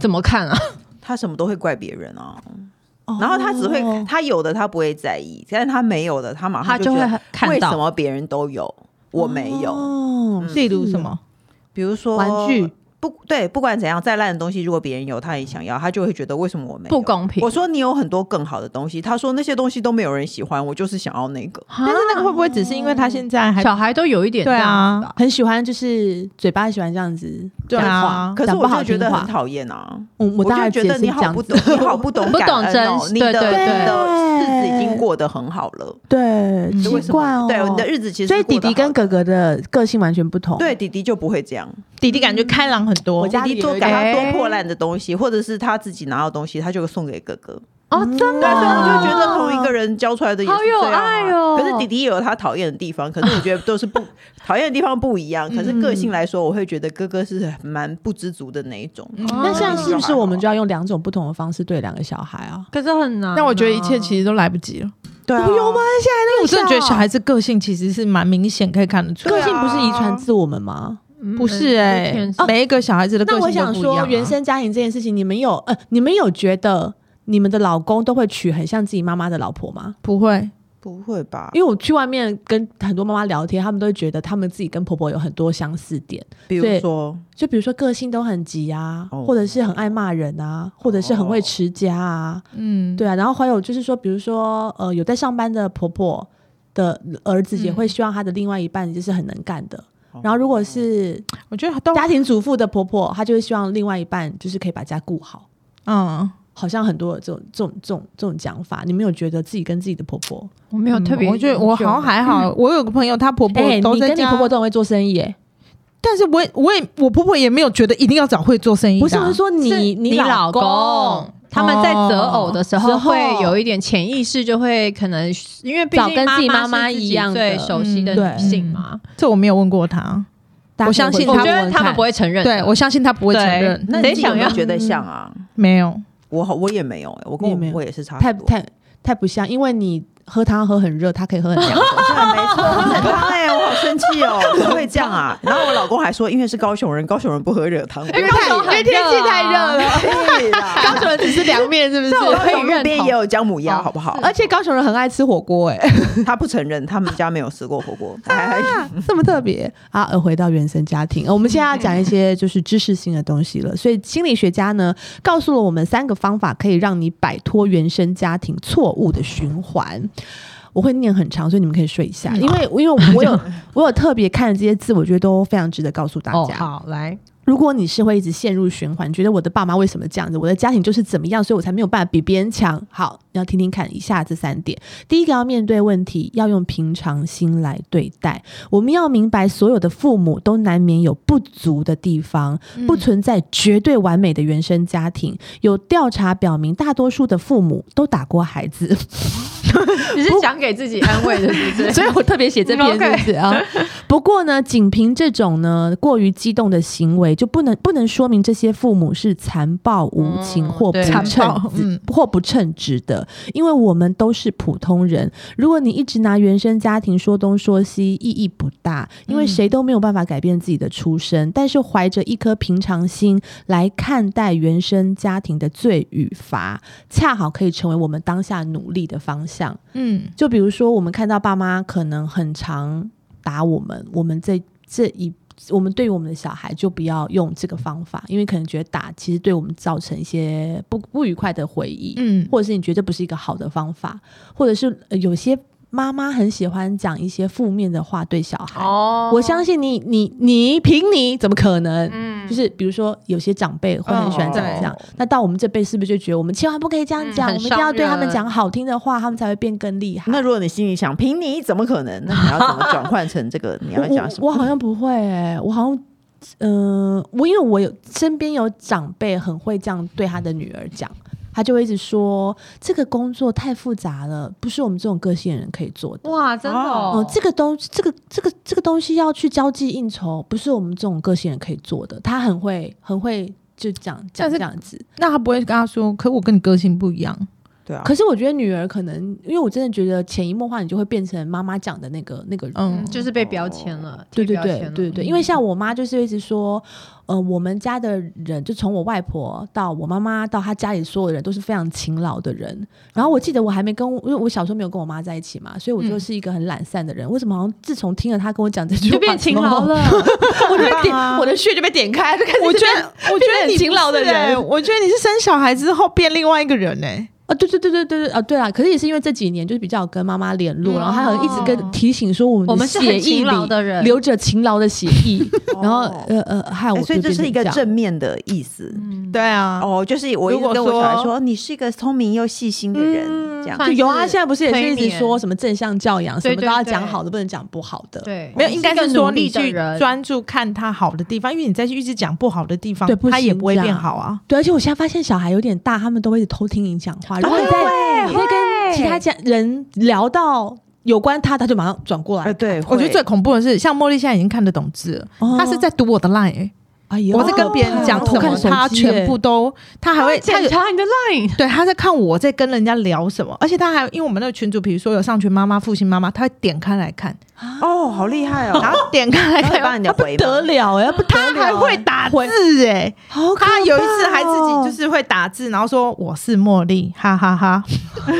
Speaker 4: 怎么看啊？
Speaker 3: 他什么都会怪别人啊。然后他只会
Speaker 1: 哦，
Speaker 3: 他有的他不会在意，但是他没有的，他马上
Speaker 4: 他就
Speaker 3: 觉
Speaker 4: 会
Speaker 3: 得
Speaker 4: 看
Speaker 3: 为
Speaker 4: 到
Speaker 3: 什么别人都有，我没有。
Speaker 1: 哦
Speaker 3: 嗯
Speaker 2: 例如什么？
Speaker 3: 比如说
Speaker 1: 玩具，
Speaker 3: 不对，不管怎样，再烂的东西，如果别人有，他也想要，他就会觉得为什么我没有
Speaker 4: 不公平
Speaker 3: 我说你有很多更好的东西，他说那些东西都没有人喜欢，我就是想要那个。
Speaker 4: 但
Speaker 2: 但是那个会不会只是因为他现在还
Speaker 4: 小孩都有一点
Speaker 2: 对啊
Speaker 4: 这样子吧
Speaker 1: 很喜欢，就是嘴巴喜欢这样子
Speaker 2: 对
Speaker 1: 讲
Speaker 2: 啊
Speaker 1: 话，
Speaker 3: 可是
Speaker 1: 讲
Speaker 3: 我
Speaker 1: 不好
Speaker 3: 就觉
Speaker 1: 听
Speaker 3: 得很
Speaker 1: 话。
Speaker 3: 讨厌啊！
Speaker 1: 我我
Speaker 3: 我
Speaker 1: 大概
Speaker 3: 就觉得你好不懂，你好不懂
Speaker 4: 不
Speaker 3: 感
Speaker 4: 懂
Speaker 3: 恩哦
Speaker 4: 珍，惜
Speaker 3: 你的
Speaker 4: 对对
Speaker 3: 你的
Speaker 1: 对
Speaker 3: 日子已经过得很好了，
Speaker 1: 对，
Speaker 4: 嗯
Speaker 1: 奇
Speaker 3: 为什么
Speaker 1: 怪哦。
Speaker 3: 对，你的日子其实
Speaker 1: 所以
Speaker 3: 过
Speaker 1: 弟弟
Speaker 3: 得好
Speaker 1: 跟
Speaker 3: 的
Speaker 1: 哥哥的个性完全不同。
Speaker 3: 对弟弟就不会这样，
Speaker 2: 弟弟感觉开朗很多？
Speaker 1: 我家
Speaker 3: 弟
Speaker 1: 里
Speaker 3: 弟做
Speaker 1: 有一
Speaker 3: 给他
Speaker 4: 点
Speaker 3: 多破烂的东西，或者是他自己拿到东西，他就送给哥哥。
Speaker 4: 哦，真的
Speaker 3: 对啊，所以我
Speaker 4: 啊，
Speaker 3: 就觉得同一个人教出来的也是
Speaker 4: 好有
Speaker 3: 这样啊
Speaker 4: 爱哦
Speaker 3: 可是弟弟也有他讨厌的地方，可是我觉得
Speaker 1: [LAUGHS]
Speaker 3: 都是不讨厌的地方不一样。可是
Speaker 1: 嗯
Speaker 3: 个性来说，我会觉得哥哥是蛮不知足的那一种。
Speaker 1: 那现在
Speaker 3: 嗯
Speaker 1: 是不是我们就
Speaker 3: 要？
Speaker 1: 要用两种不同的方式对两个小孩啊？
Speaker 4: 可是很难。
Speaker 2: 但我觉得一切其实都来不及了，
Speaker 3: 对啊，
Speaker 1: 有吗？现在那
Speaker 2: 我真的觉得小孩子个性其实是蛮明显可以看得出来
Speaker 1: 个
Speaker 3: 对啊
Speaker 1: 性
Speaker 2: 的，
Speaker 1: 不是遗传自我们吗？
Speaker 4: 嗯
Speaker 2: 不是
Speaker 4: 嗯
Speaker 2: 哎、
Speaker 4: 天生
Speaker 2: 每一个小孩子的个
Speaker 1: 那
Speaker 2: 性
Speaker 1: 我想
Speaker 2: 都不一样
Speaker 1: 说，
Speaker 2: 啊
Speaker 1: 原生家庭这件事情，你们有呃，你们有觉得你们的老公都会娶很像自己妈妈的老婆吗？
Speaker 2: 不会，
Speaker 3: 不会吧？
Speaker 1: 因为我去外面跟很多妈妈聊天，她们都会觉得她们自己跟婆婆有很多相似点，
Speaker 3: 比如说，
Speaker 1: 就比如说个性都很急啊，
Speaker 3: 哦
Speaker 1: 或者是很爱骂人啊，或者是很会持家啊，
Speaker 2: 嗯，
Speaker 1: 对啊。然后还有就是说，比如说呃，有在上班的婆婆的儿子也会希望她的另外一半就是很能干的。然后，如果是
Speaker 2: 我觉得都
Speaker 1: 家庭主妇的婆婆，她就会希望另外一半就是可以把家顾好。
Speaker 2: 嗯，
Speaker 1: 好像很多这种这种这种这种讲法，你们有觉得自己跟自己的婆婆？
Speaker 4: 嗯我没有特别，
Speaker 2: 嗯我觉得我好像还好，我有个朋友，她婆婆
Speaker 1: 哎、
Speaker 2: 都
Speaker 1: 你
Speaker 2: 在
Speaker 1: 跟你
Speaker 2: 家，
Speaker 1: 婆婆都很会做生意、哎，
Speaker 2: 但是我也我也我婆婆也没有觉得一定要找会做生意的
Speaker 1: 不
Speaker 2: 啊，
Speaker 1: 是，我是说
Speaker 4: 是
Speaker 1: 你
Speaker 4: 你
Speaker 1: 老
Speaker 4: 老公。他们在择偶的时
Speaker 1: 哦
Speaker 4: 候，
Speaker 1: 时候
Speaker 4: 会有一点潜意识，就会可能因为毕
Speaker 1: 找
Speaker 4: 竟
Speaker 1: 跟自己妈
Speaker 4: 妈
Speaker 1: 妈
Speaker 4: 是自
Speaker 1: 一
Speaker 4: 己
Speaker 1: 样的
Speaker 4: 最熟悉的
Speaker 1: 嗯对
Speaker 4: 女性嘛，
Speaker 2: 这我没有问过她，
Speaker 1: 大家
Speaker 2: 我相
Speaker 1: 可以
Speaker 2: 信
Speaker 1: 回
Speaker 4: 我
Speaker 1: 去
Speaker 4: 觉
Speaker 2: 她
Speaker 1: 问
Speaker 4: 得
Speaker 1: 问
Speaker 4: 他们
Speaker 1: 看
Speaker 4: 不会承认的。
Speaker 2: 对我相信她不会承认，
Speaker 4: 对
Speaker 3: 那
Speaker 4: 谁
Speaker 3: 你自己有没有
Speaker 4: 想要
Speaker 3: 觉得像啊？
Speaker 2: 没有，
Speaker 3: 我好我也没有哎，我跟
Speaker 1: 嗯你也
Speaker 3: 我
Speaker 1: 没有
Speaker 3: 婆婆也是差
Speaker 1: 太
Speaker 3: 不多。
Speaker 1: 太太不像，因为你喝汤喝很热，他可以喝很
Speaker 3: [LAUGHS]
Speaker 1: 凉。
Speaker 3: 对，没错，很汤哎，我好生气哦，怎么会这样啊？然后我老公还说，因为是高雄人，高雄人不喝热汤，啊
Speaker 4: 因为太因为天气太热了，
Speaker 3: 对啦
Speaker 1: 高雄人只是凉面，是不
Speaker 3: [LAUGHS]
Speaker 1: 是？
Speaker 3: 高雄路边也有姜母鸭，好不好？
Speaker 1: 而且高雄人很爱吃火锅、哎，
Speaker 4: [LAUGHS]
Speaker 3: 他不承认，他们家没有吃过火锅。哎，
Speaker 1: 这么特别啊！呃，回到原生家庭，呃我们现在要讲一些就是知识性的东西了。所以心理学家呢，告诉了我们三个方法，可以让你摆脱原生家庭错误的循环。我会念很长，所以你们可以睡一
Speaker 4: 嗯
Speaker 1: 下，因为因为我有 [LAUGHS] 我有特别看的这些字，我觉得都非常值得告诉大
Speaker 2: 哦
Speaker 1: 家。
Speaker 2: 好来，
Speaker 1: 如果你是会一直陷入循环，觉得我的爸妈为什么这样子，我的家庭就是怎么样，所以我才没有办法比别人强。好，你要听听看以下这三点。第一个要面对问题，要用平常心来对待。我们要明白，所有的父母都难免有不足的地方，不存在绝对完美的原生家庭。有调查表明，大多数的父母都打过孩子。
Speaker 4: 你是想给自己安慰的，是不
Speaker 1: [LAUGHS]
Speaker 4: 是？
Speaker 1: 所以我特别写这篇
Speaker 4: OK
Speaker 1: 是不是啊？不过呢，仅凭这种呢过于激动的行为，就不能不能说明这些父母是残暴无情
Speaker 4: 嗯
Speaker 1: 或不
Speaker 4: 对嗯
Speaker 1: 称职
Speaker 2: 残暴嗯
Speaker 1: 或不称职的，因为我们都是普通人。如果你一直拿原生家庭说东说西，意义不大，因
Speaker 4: 嗯
Speaker 1: 为谁都没有办法改变自己的出身。但是怀着一颗平常心来看待原生家庭的罪与罚，恰好可以成为我们当下努力的方向。
Speaker 2: 嗯
Speaker 1: 就比如说，我们看到爸妈可能很常打我们，我们这这一。我们对于我们的小孩就不要用这个方法，因为可能觉得打其实对我们造成一些不不愉快的回忆，
Speaker 2: 嗯，
Speaker 1: 或者是你觉得这不是一个好的方法，或者是、呃有些妈妈很喜欢讲一些负面的话对小孩。
Speaker 4: 哦
Speaker 1: 我相信你，你你凭你怎么可能？
Speaker 4: 嗯哦
Speaker 1: 就是比如说，有些长辈会很喜欢讲这样，那到我们这辈是不是就觉得我们千万不可以这样
Speaker 4: 嗯
Speaker 1: 讲，
Speaker 4: 很
Speaker 1: 我们一定要
Speaker 4: 伤
Speaker 1: 对他们
Speaker 4: 人
Speaker 1: 讲好听的话，他们才会变更厉害。
Speaker 3: 那如果你心里想，凭你怎么可能？那你要怎么转换成这个？你要讲什
Speaker 1: 我我我
Speaker 3: 么？
Speaker 1: 好像不会哎、我好像，嗯、我因为我有身边有长辈很会这样对他的女儿讲，他就会一直说这个工作太复杂了，不是我们这种个性的人可以做的。
Speaker 4: 哇，真的
Speaker 1: 哦、
Speaker 4: 哦，
Speaker 1: 这个东这个这个这个东西要去交际应酬，不是我们这种个性人可以做的。他很会很会就讲讲
Speaker 2: 但是
Speaker 1: 这样子。
Speaker 2: 那她不会跟她说，可我跟你个性不一样，
Speaker 3: 对啊，
Speaker 1: 可是我觉得女儿可能，因为我真的觉得潜移默化，你就会变成妈妈讲的那个那个人。
Speaker 2: 嗯，
Speaker 4: 就是被标签了，
Speaker 1: 对对
Speaker 4: 贴标
Speaker 1: 对
Speaker 4: 签了嗯
Speaker 1: 对对，因为像我妈就是一直说，呃，我们家的人就从我外婆到我妈妈到她家里所有的人都是非常勤劳的人。然后我记得我还没跟我，因为我小时候没有跟我妈在一起嘛，所以我就是一个很懒散的人。为什么好像自从听了她跟我讲这句话之
Speaker 4: 嗯就
Speaker 1: 后，
Speaker 4: 变勤劳了，
Speaker 1: 我就被
Speaker 3: 很
Speaker 1: 点
Speaker 3: 棒啊
Speaker 1: 我的穴就被点开，就开始
Speaker 2: 我觉
Speaker 1: 变
Speaker 2: 得，我觉得
Speaker 1: 变得
Speaker 2: 你
Speaker 1: 很勤劳的
Speaker 2: 不是欸
Speaker 1: 人
Speaker 2: 我觉得你是生小孩之后变另外一个人欸呢、
Speaker 1: 啊，对对对对对对啊，对啦，可是也是因为这几年就是比较有跟妈妈联络，
Speaker 4: 嗯
Speaker 1: 然后她很一直
Speaker 4: 哦
Speaker 1: 跟提醒说我们
Speaker 4: 我
Speaker 1: 的
Speaker 4: 们是
Speaker 1: 血
Speaker 4: 很
Speaker 1: 液
Speaker 4: 勤劳
Speaker 1: 里
Speaker 4: 的人，哦
Speaker 1: 流着勤劳的血
Speaker 4: [LAUGHS]
Speaker 1: 液，然后呃呃，害我
Speaker 3: 哎
Speaker 1: 就
Speaker 3: 所以这
Speaker 1: 变
Speaker 3: 是
Speaker 1: 成
Speaker 3: 一个
Speaker 1: 样
Speaker 3: 正面的意思。
Speaker 4: 嗯
Speaker 2: 对啊，
Speaker 3: 哦，就是我一
Speaker 2: 如
Speaker 3: 直
Speaker 2: 果
Speaker 3: 跟我小孩
Speaker 2: 说
Speaker 3: 说，你是一个聪明又细心的人，
Speaker 2: 嗯
Speaker 3: 这样
Speaker 4: 算
Speaker 1: 就
Speaker 4: 是
Speaker 1: 有啊，现在不是也是一
Speaker 4: 催
Speaker 1: 直
Speaker 4: 眠
Speaker 1: 说什么正向教养，什
Speaker 4: 对
Speaker 1: 么都要
Speaker 4: 对
Speaker 1: 讲
Speaker 4: 对
Speaker 1: 好的，不能讲不好的。
Speaker 4: 对，
Speaker 2: 没有，
Speaker 4: 我
Speaker 2: 应该
Speaker 4: 一个
Speaker 2: 是
Speaker 4: 努
Speaker 2: 说
Speaker 4: 力
Speaker 2: 你
Speaker 4: 的
Speaker 2: 去
Speaker 4: 人，
Speaker 2: 专注看他好的地方，因为你再去一直讲不好的地方
Speaker 1: 对不，
Speaker 2: 他也
Speaker 1: 行
Speaker 2: 不会
Speaker 1: 这
Speaker 2: 变
Speaker 1: 样
Speaker 2: 好啊。
Speaker 1: 对，而且我现在发现小孩有点大，他们都会一直偷听你讲话。如果你
Speaker 2: 哦
Speaker 1: 在
Speaker 4: 会
Speaker 1: 你在跟其他家人聊到有关他，他就马上转过
Speaker 3: 呃，
Speaker 1: 来。
Speaker 3: 对，
Speaker 2: 我觉得
Speaker 3: 会
Speaker 2: 最恐怖的是，像茉莉现在已经看得懂字了，
Speaker 1: 哦
Speaker 2: 她是在读我的 line，欸、
Speaker 1: 哎呦，
Speaker 2: 我在跟别人讲
Speaker 1: 好啊可怕
Speaker 2: 什么，她全部。都，她还
Speaker 4: 还
Speaker 2: 会
Speaker 4: 会
Speaker 2: 她
Speaker 4: 检
Speaker 2: 有
Speaker 4: 查你的 line，
Speaker 2: 对，她在看我在跟人家聊什么，而且她还因为我们那个群主，比如说有上群妈妈、复兴妈妈，她会点开来看，
Speaker 3: 哦，好厉害
Speaker 2: [LAUGHS]
Speaker 3: 哦，
Speaker 2: 然后点开来
Speaker 1: [LAUGHS]
Speaker 3: 然后你帮
Speaker 2: 看，
Speaker 3: 你
Speaker 1: 他
Speaker 3: 的
Speaker 1: 不
Speaker 3: 回吗
Speaker 1: 得了哎，不得
Speaker 2: 她
Speaker 1: 了
Speaker 2: 还会打字哎、欸，
Speaker 1: 好可怕
Speaker 2: 她
Speaker 1: 哦
Speaker 2: 有一次还自己就是会打字，然后说我是茉莉，哈哈哈 [LAUGHS]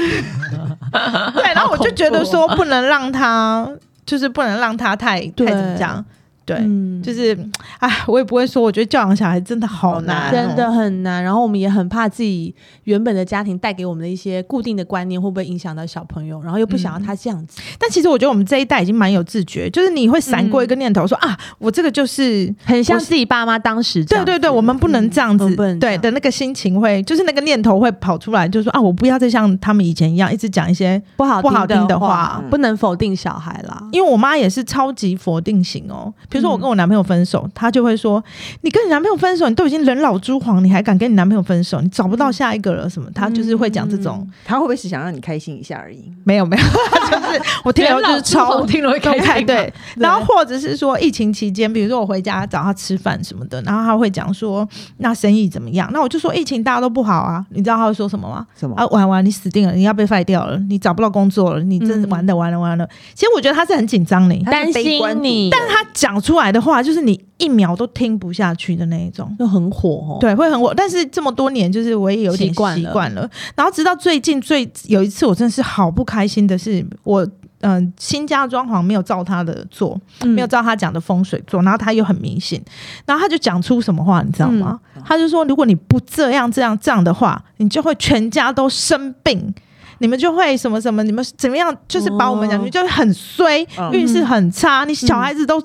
Speaker 2: 对，然后我就觉得说不能让她，就是不能让她太
Speaker 1: 对
Speaker 2: 太怎么讲，对。
Speaker 1: 嗯
Speaker 2: 就是，哎，我也不会说，我觉得教养小孩真的好难哦，
Speaker 3: 好难
Speaker 1: 真的很难。然后我们也很怕自己原本的家庭带给我们的一些固定的观念会不会影响到小朋友，然后又不想要他这样子，
Speaker 2: 但其实我觉得我们这一代已经蛮有自觉，就是你会闪过一个念头说、啊，我这个就是。
Speaker 1: 很像
Speaker 2: 我
Speaker 1: 自己爸妈当时嗯这
Speaker 2: 对
Speaker 1: 样
Speaker 2: 对对，
Speaker 1: 子嗯
Speaker 2: 我们不能这样
Speaker 1: 我
Speaker 2: 子，
Speaker 1: 们不能这
Speaker 2: 对
Speaker 1: 样
Speaker 2: 的那个心情会，就是那个念头会跑出来，就是说啊，我不要再像他们以前一样一直讲一些，
Speaker 1: 不好
Speaker 2: 不好
Speaker 1: 听
Speaker 2: 听的
Speaker 1: 话
Speaker 2: 话，
Speaker 1: 不能否定小孩啦。
Speaker 2: 因为我妈也是超级否定型哦。比
Speaker 1: 嗯
Speaker 2: 如说我跟我男朋友分手，她就会说，你跟你男朋友分手，你都已经人老珠黄，你还敢跟你男朋友分手？你找不到
Speaker 1: 嗯
Speaker 2: 下一个了什么？她就是会讲这种，
Speaker 3: 他会不会是想让你开心一下而已？
Speaker 2: 没有没 [LAUGHS] 有，就是我听了就是超
Speaker 4: 听了会
Speaker 2: 都
Speaker 4: 开
Speaker 2: 看
Speaker 4: 心，
Speaker 2: 对，然后或者是说疫情期间，比如说我回家找他吃饭什么的，然后他会讲说那生意怎么样？那我就说疫情大家都不好啊，你知道他会说什么吗？
Speaker 3: 什么
Speaker 2: 啊，完完你死定了，你要被 f 掉了，你找不到工作了，你
Speaker 1: 嗯
Speaker 2: 真的完了完了完了。其实我觉得他是很紧张的，
Speaker 3: 他
Speaker 1: 担
Speaker 3: 是悲观
Speaker 1: 心你，
Speaker 3: 主义
Speaker 2: 但他讲出来的话就是你一秒都听不下去的那一种。
Speaker 1: 又很火哦。
Speaker 2: 对，会很我，但是这么多年，就是我也有点
Speaker 1: 习
Speaker 2: 习
Speaker 1: 惯了
Speaker 2: 惯了。然后直到最近最有一次，我真的是好不开心的是，我嗯、呃新家装潢没有照他的做，
Speaker 1: 嗯
Speaker 2: 没有照他讲的风水做，然后他又很迷信，然后他就讲出什么话，你知道吗？
Speaker 1: 嗯
Speaker 2: 他就说，如果你不这样这样这样的话，你就会全家都生病。你们就会什么什么，你们怎么样？就是把我们讲，
Speaker 1: 哦
Speaker 2: 你就会很衰，
Speaker 3: 嗯
Speaker 2: 运势很差，你小孩子都，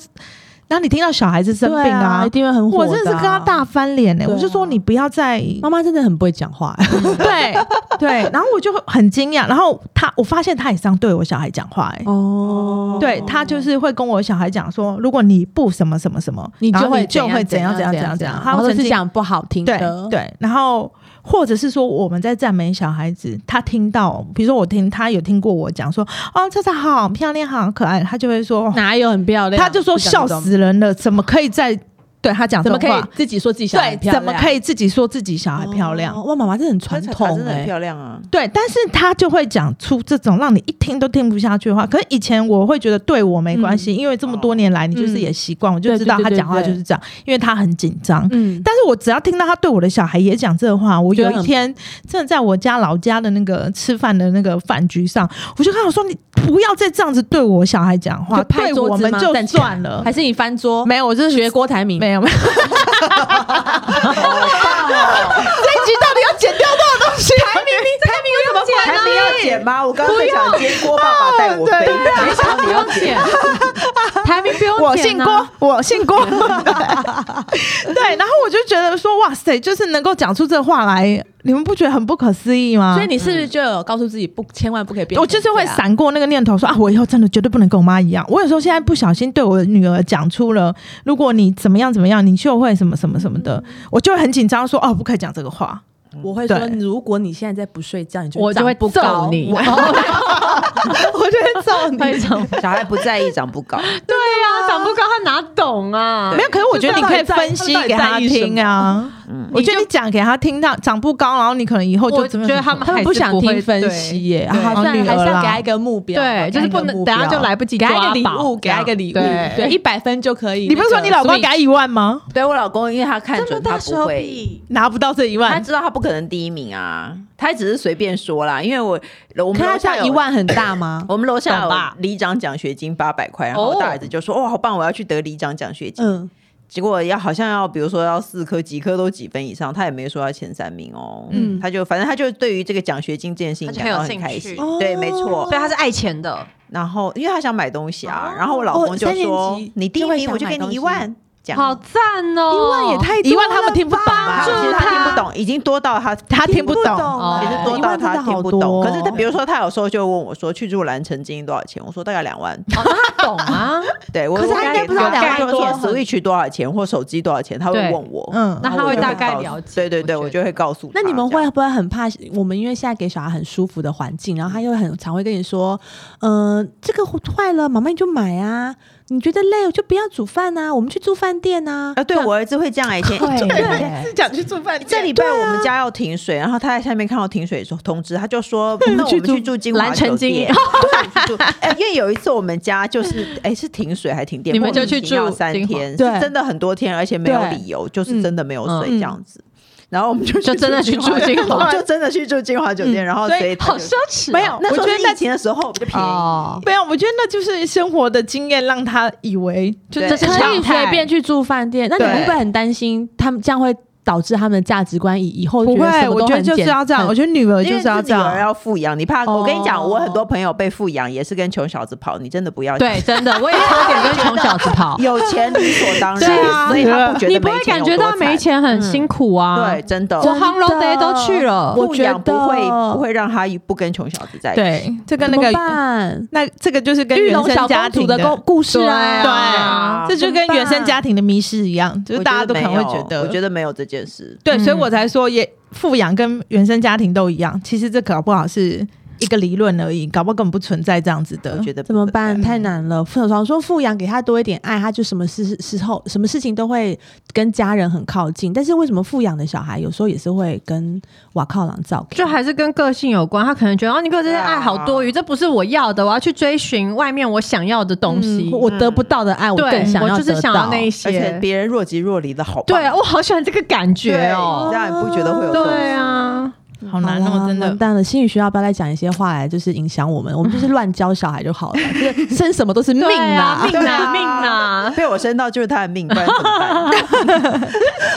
Speaker 2: 然后你听到小孩子生
Speaker 1: 嗯对
Speaker 2: 病啊
Speaker 1: 一，定会很火、
Speaker 2: 我真的是跟他大。 [LAUGHS] 翻脸呢、
Speaker 1: 对啊
Speaker 2: 我就说你不
Speaker 1: [LAUGHS]
Speaker 2: 要再
Speaker 1: 妈妈真的很不会讲 [LAUGHS] 话、
Speaker 2: 对对，然后我就很惊讶，然后他我发现他也这样对我小孩讲话哎、
Speaker 1: 哦
Speaker 2: 对他就是会跟我小孩讲说，如果你不什么什么什么，
Speaker 1: 你
Speaker 2: 然
Speaker 1: 就
Speaker 2: 后
Speaker 1: 会
Speaker 2: 你就会
Speaker 1: 怎
Speaker 2: 怎
Speaker 1: 样
Speaker 2: 样怎样
Speaker 1: 怎
Speaker 2: 怎样
Speaker 1: 怎
Speaker 2: 怎样，
Speaker 1: 然后都
Speaker 2: 曾
Speaker 1: 是
Speaker 2: 经
Speaker 1: 讲不好听
Speaker 2: 对
Speaker 1: 的，，
Speaker 2: 对，然后或者是说我们在赞美小孩子，他听到，比如说我听他有听过我讲说，哦，这这好漂亮，好可爱，他就会说，
Speaker 1: 哪有很漂亮？
Speaker 2: 他就说
Speaker 1: 不讲
Speaker 2: 笑
Speaker 1: 这种，
Speaker 2: 死啊人了，怎么可以在对他讲这
Speaker 1: 怎么
Speaker 2: 种
Speaker 1: 可以
Speaker 2: 话？
Speaker 1: 自己说自己小孩
Speaker 2: 对，
Speaker 1: 漂
Speaker 2: 怎
Speaker 1: 亮？
Speaker 2: 么可以自己说自己小孩漂亮？
Speaker 1: 哦哇，妈妈真的很传
Speaker 3: 她
Speaker 1: 统、
Speaker 3: 真的很
Speaker 1: 欸，
Speaker 3: 漂亮啊，
Speaker 2: 对，但是他就会讲出这种让你一听都听不下去的话。可是以前我会觉得对我没关系，因为这么多年来你就是也习惯，我就知道
Speaker 1: 对嗯哦对
Speaker 2: 他
Speaker 1: 对
Speaker 2: 讲话
Speaker 1: 对
Speaker 2: 就是这样，因为他很紧张。
Speaker 1: 嗯，
Speaker 2: 但是我只要听到他对我的小孩也讲这话，我
Speaker 1: 觉得
Speaker 2: 有
Speaker 1: 很
Speaker 2: 一天真的在我家老家的那个吃饭的那个饭局上，我就跟他说：“你不要再这样子对我小孩讲话，
Speaker 1: 就拍
Speaker 2: 对
Speaker 1: 桌
Speaker 2: 我
Speaker 1: 子
Speaker 2: 们
Speaker 1: 吗
Speaker 2: 就
Speaker 1: 站起来
Speaker 2: 算了。
Speaker 1: 还是你翻桌？”
Speaker 2: 没有，我就是
Speaker 1: 学郭台铭，
Speaker 2: 没有没有。这一集到底要剪掉多少东西？排名排名有什么关
Speaker 3: 还没要剪吗？我刚刚在想煎锅爸爸带我飞，没想到你要剪，
Speaker 4: 排名不用
Speaker 2: 我
Speaker 4: 剪
Speaker 2: 姓
Speaker 4: 啊
Speaker 2: 郭，我姓郭。对，然后我就觉得说，哇塞，就是能够讲出这话来，你们不觉得很不可思议吗？
Speaker 1: 所以你是不是就有告诉自己不，千万不可以变？
Speaker 2: 啊我就是会，闪过那个念头说，啊，我以后真的绝对不能跟我妈一样。我有时候现在不小心对我女儿讲出了，如果你怎么样怎么样，你就会什么什么什么的，我就会很紧张说，哦，不可以讲这个话。
Speaker 1: 我会说，
Speaker 2: 对
Speaker 1: 如果你现在再不睡觉，你就
Speaker 4: 我就会
Speaker 1: 长不
Speaker 4: 揍
Speaker 1: 高
Speaker 4: 你
Speaker 1: 我
Speaker 2: 我就会揍你。
Speaker 4: 会长
Speaker 3: 小孩不在意长不 [LAUGHS] 高，
Speaker 4: 对啊，长不高他哪懂啊？
Speaker 2: 没有，可是我觉得你可以分析给他听啊。
Speaker 1: 嗯
Speaker 2: 我觉得你讲给他听，他长不高，然后你可能以后就
Speaker 4: 我
Speaker 2: 怎么
Speaker 4: 觉得他们
Speaker 1: 他们
Speaker 4: 还
Speaker 1: 不
Speaker 4: 是
Speaker 1: 想
Speaker 4: 会
Speaker 1: 听分析耶，啊
Speaker 4: 对
Speaker 1: 还
Speaker 2: 对
Speaker 1: 算
Speaker 2: 哦女
Speaker 1: 还
Speaker 2: 儿
Speaker 1: 是要
Speaker 2: 啦
Speaker 1: 给他一个目标，
Speaker 4: 对，就是不能，等下就来不及
Speaker 1: 给
Speaker 4: 抓
Speaker 1: 他
Speaker 4: 宝，
Speaker 1: 一个礼物，给他一个礼物，对，一
Speaker 4: 一
Speaker 1: 百分就可以。
Speaker 2: 你不是说你老公给他一万吗？
Speaker 3: 对我老公，因为他看准他不会。
Speaker 1: 笔，
Speaker 2: 拿不到这一
Speaker 3: 他
Speaker 2: 万，
Speaker 3: 知道他不可能第一名啊，他只是随便说啦。因为我我们
Speaker 1: 看
Speaker 3: 楼
Speaker 1: 他
Speaker 3: 下
Speaker 1: 像
Speaker 3: 有
Speaker 1: 一，万很大吗？
Speaker 3: [LAUGHS] 我们楼下
Speaker 4: 懂
Speaker 3: 有
Speaker 4: 吧
Speaker 3: 里长奖学金八百块，然后我大儿子就说：“哦哇，好棒，我要去得里长奖学金。
Speaker 1: 哦嗯，
Speaker 3: 结果要好像要比如说要四科几科都几分以上，他也没说要前三名哦。
Speaker 1: 嗯
Speaker 3: 嗯，他就反正他就对于这个奖学金这件事情
Speaker 4: 他就
Speaker 3: 感
Speaker 4: 很有
Speaker 3: 到很
Speaker 4: 兴
Speaker 3: 开
Speaker 4: 趣
Speaker 3: 心
Speaker 1: 哦，
Speaker 3: 对，没错
Speaker 4: 所。以他是爱钱的，
Speaker 3: 然后因为他想买东西啊，
Speaker 1: 哦
Speaker 3: 然后我老公就
Speaker 1: 哦三年
Speaker 3: 说
Speaker 1: 级：“
Speaker 3: 你第一
Speaker 1: 就会
Speaker 3: 名
Speaker 1: 想
Speaker 3: 我就给
Speaker 1: 买东
Speaker 3: 你
Speaker 1: 西
Speaker 3: 一万。”这样。
Speaker 4: 好赞哦！
Speaker 1: 一万也太
Speaker 2: 一万他们听不懂
Speaker 3: 啊
Speaker 2: 吧？
Speaker 3: 其实
Speaker 4: 他
Speaker 3: 他听不懂，已经多到他他
Speaker 2: 听不懂
Speaker 1: 啊
Speaker 3: 也
Speaker 4: 其
Speaker 3: 是
Speaker 4: 实
Speaker 3: 多
Speaker 1: 一
Speaker 3: 到
Speaker 1: 万真
Speaker 3: 他
Speaker 1: 的
Speaker 3: 听
Speaker 1: 好
Speaker 3: 不
Speaker 1: 多
Speaker 3: 懂。
Speaker 1: 哦
Speaker 3: 可是他比如说他有时候就问我说去入兰曾经多少钱？我说大概
Speaker 1: [LAUGHS]
Speaker 3: 两万。
Speaker 4: 哦，那他懂啊，
Speaker 3: 对，我
Speaker 1: 可是他应该不知道
Speaker 3: 两
Speaker 1: 两万
Speaker 3: 说
Speaker 1: 多很
Speaker 3: Switch 多少钱或手机多少钱，他会
Speaker 4: 对
Speaker 3: 问我。
Speaker 2: 嗯
Speaker 4: 那
Speaker 3: 然
Speaker 4: 他
Speaker 3: 后我
Speaker 4: 会
Speaker 3: 就
Speaker 4: 大概
Speaker 3: 告诉
Speaker 4: 了解
Speaker 3: 对对对，
Speaker 4: 我
Speaker 3: 我
Speaker 4: 觉
Speaker 3: 就会告诉他。
Speaker 1: 那你
Speaker 2: 啊
Speaker 1: 们
Speaker 3: 这样
Speaker 1: 会不会很怕？我们因为现在给小孩很舒服的环境，然后他又很常会跟你说，嗯、这个坏了，妈妈你就买啊，你觉得累我就不要煮饭啊，我们去住饭店啊。
Speaker 2: 哎
Speaker 3: 啊？对我儿子会这样欸，以前
Speaker 4: 会耶
Speaker 2: 是讲去做饭店
Speaker 3: 这礼拜我们家要停水，然后他在下面看到停水说通知，他就说：“那我们去住金华
Speaker 4: 蓝城
Speaker 3: 酒
Speaker 4: 金
Speaker 3: 店。对”我们去住哎，因为有一次我们家就是哎是停水还停电，
Speaker 4: 你们
Speaker 3: 不过我
Speaker 4: 就去
Speaker 3: 停要
Speaker 4: 住
Speaker 3: 三
Speaker 4: 金华
Speaker 3: 天，是
Speaker 1: 对
Speaker 3: 真的很多天，而且没有
Speaker 1: 对
Speaker 3: 理由，就是真的没有水
Speaker 1: 嗯
Speaker 3: 这样子。然后我们就
Speaker 4: 就真的去住金
Speaker 3: [LAUGHS]
Speaker 4: 华
Speaker 3: 我们就真的去住金华酒店，然后所以他
Speaker 4: 好
Speaker 3: 就
Speaker 4: 奢侈哦，
Speaker 3: 没有，那时
Speaker 2: 我
Speaker 3: 候
Speaker 2: 觉得
Speaker 3: 是
Speaker 2: 那
Speaker 3: 疫情的时候比较便宜。
Speaker 4: 哦，
Speaker 2: 没有，我觉得那就是生活的经验让他以为就
Speaker 3: 对
Speaker 2: 这是
Speaker 1: 可以
Speaker 2: 常态
Speaker 1: 随便去住饭店，那你
Speaker 2: 对
Speaker 1: 们会不会很担心他们这样会导致他们的价值观以以后
Speaker 2: 不
Speaker 1: 觉得
Speaker 2: 会，
Speaker 1: 什么
Speaker 2: 我
Speaker 1: 都
Speaker 2: 觉得
Speaker 1: 很
Speaker 2: 就是
Speaker 1: 简
Speaker 2: 要这样，
Speaker 1: 很
Speaker 2: 我觉得女儿
Speaker 3: 因
Speaker 2: 就
Speaker 3: 为
Speaker 2: 是要这
Speaker 3: 自己有人
Speaker 1: 啊
Speaker 2: 样。
Speaker 3: 要富养，你怕我跟你讲，
Speaker 1: 哦
Speaker 3: 我很多朋友被富养也是跟穷小子跑，你真的不要，
Speaker 4: 对，真的，我也差点跟穷小子跑
Speaker 3: 有钱理所当
Speaker 4: [LAUGHS] 对
Speaker 3: 然，
Speaker 2: 啊
Speaker 3: 所以他 [LAUGHS] 不觉得
Speaker 4: 你不会
Speaker 3: 没钱
Speaker 4: 感
Speaker 3: 有
Speaker 4: 觉
Speaker 3: 多嗯
Speaker 4: 到没
Speaker 3: 惨，
Speaker 4: 钱很辛苦啊？
Speaker 3: 对，，真的
Speaker 4: 我。航龙 day 都去了，
Speaker 1: 我
Speaker 3: 富
Speaker 1: 觉
Speaker 3: 养不
Speaker 1: 得
Speaker 3: 会不会让他不跟穷小子在一起。
Speaker 2: 对，这跟
Speaker 1: 怎
Speaker 2: 那
Speaker 1: 么
Speaker 2: 个
Speaker 1: 办？
Speaker 2: 那这个就是跟
Speaker 1: 玉
Speaker 2: 原
Speaker 1: 龙小
Speaker 2: 生家
Speaker 1: 公主
Speaker 2: 庭
Speaker 1: 的故故事
Speaker 4: 对
Speaker 1: 啊，
Speaker 4: 啊
Speaker 2: 对，这就跟
Speaker 1: 怎么办
Speaker 2: 原生家庭的迷失一样，就
Speaker 3: 我觉得没有，
Speaker 2: 是大家都可能会觉得，
Speaker 3: 我觉得没有这件事。
Speaker 2: 对，
Speaker 4: 嗯
Speaker 2: 所以我才说也富养跟原生家庭都一样，其实这搞不好是一个理论而已，搞不好根本不存在这样子
Speaker 3: 我
Speaker 2: 的。
Speaker 3: 觉得
Speaker 4: 嗯
Speaker 1: 怎么办？太难了。父常说富养给他多一点爱，他就什么事时候什么事情都会跟家人很靠近。但是为什么富养的小孩有时候也是会跟瓦靠狼造？
Speaker 4: 就还是跟个性有关，他可能觉得哦，你给我这些爱好多余，这不是我要的，我要去追寻外面我想要的东
Speaker 1: 嗯
Speaker 4: 西。
Speaker 1: 我得不到的爱，我
Speaker 4: 对
Speaker 1: 更想，要
Speaker 4: 我
Speaker 1: 得
Speaker 4: 就
Speaker 1: 到。
Speaker 4: 是想要那一
Speaker 3: 而且
Speaker 4: 些。
Speaker 3: 别人若即若离的好棒，
Speaker 4: 对，我好喜欢这个感觉哦。
Speaker 3: 让你不觉得会有这种
Speaker 4: 对啊，
Speaker 2: 好难
Speaker 1: 好
Speaker 2: 哦，
Speaker 1: 啦
Speaker 2: 真的
Speaker 1: 完。蛋了！心理学要不要来讲一些话来，就是影响我们？我们就是乱教小孩就
Speaker 4: [LAUGHS]
Speaker 1: 好了，就是生什么都是命
Speaker 4: 对
Speaker 1: [LAUGHS]
Speaker 4: 啊，
Speaker 1: 啦。
Speaker 4: 命
Speaker 3: 对
Speaker 4: 啊，
Speaker 3: 啊
Speaker 4: 命啊！
Speaker 3: 被我生到就是他的命，不然怎么
Speaker 4: [LAUGHS]
Speaker 3: 办？。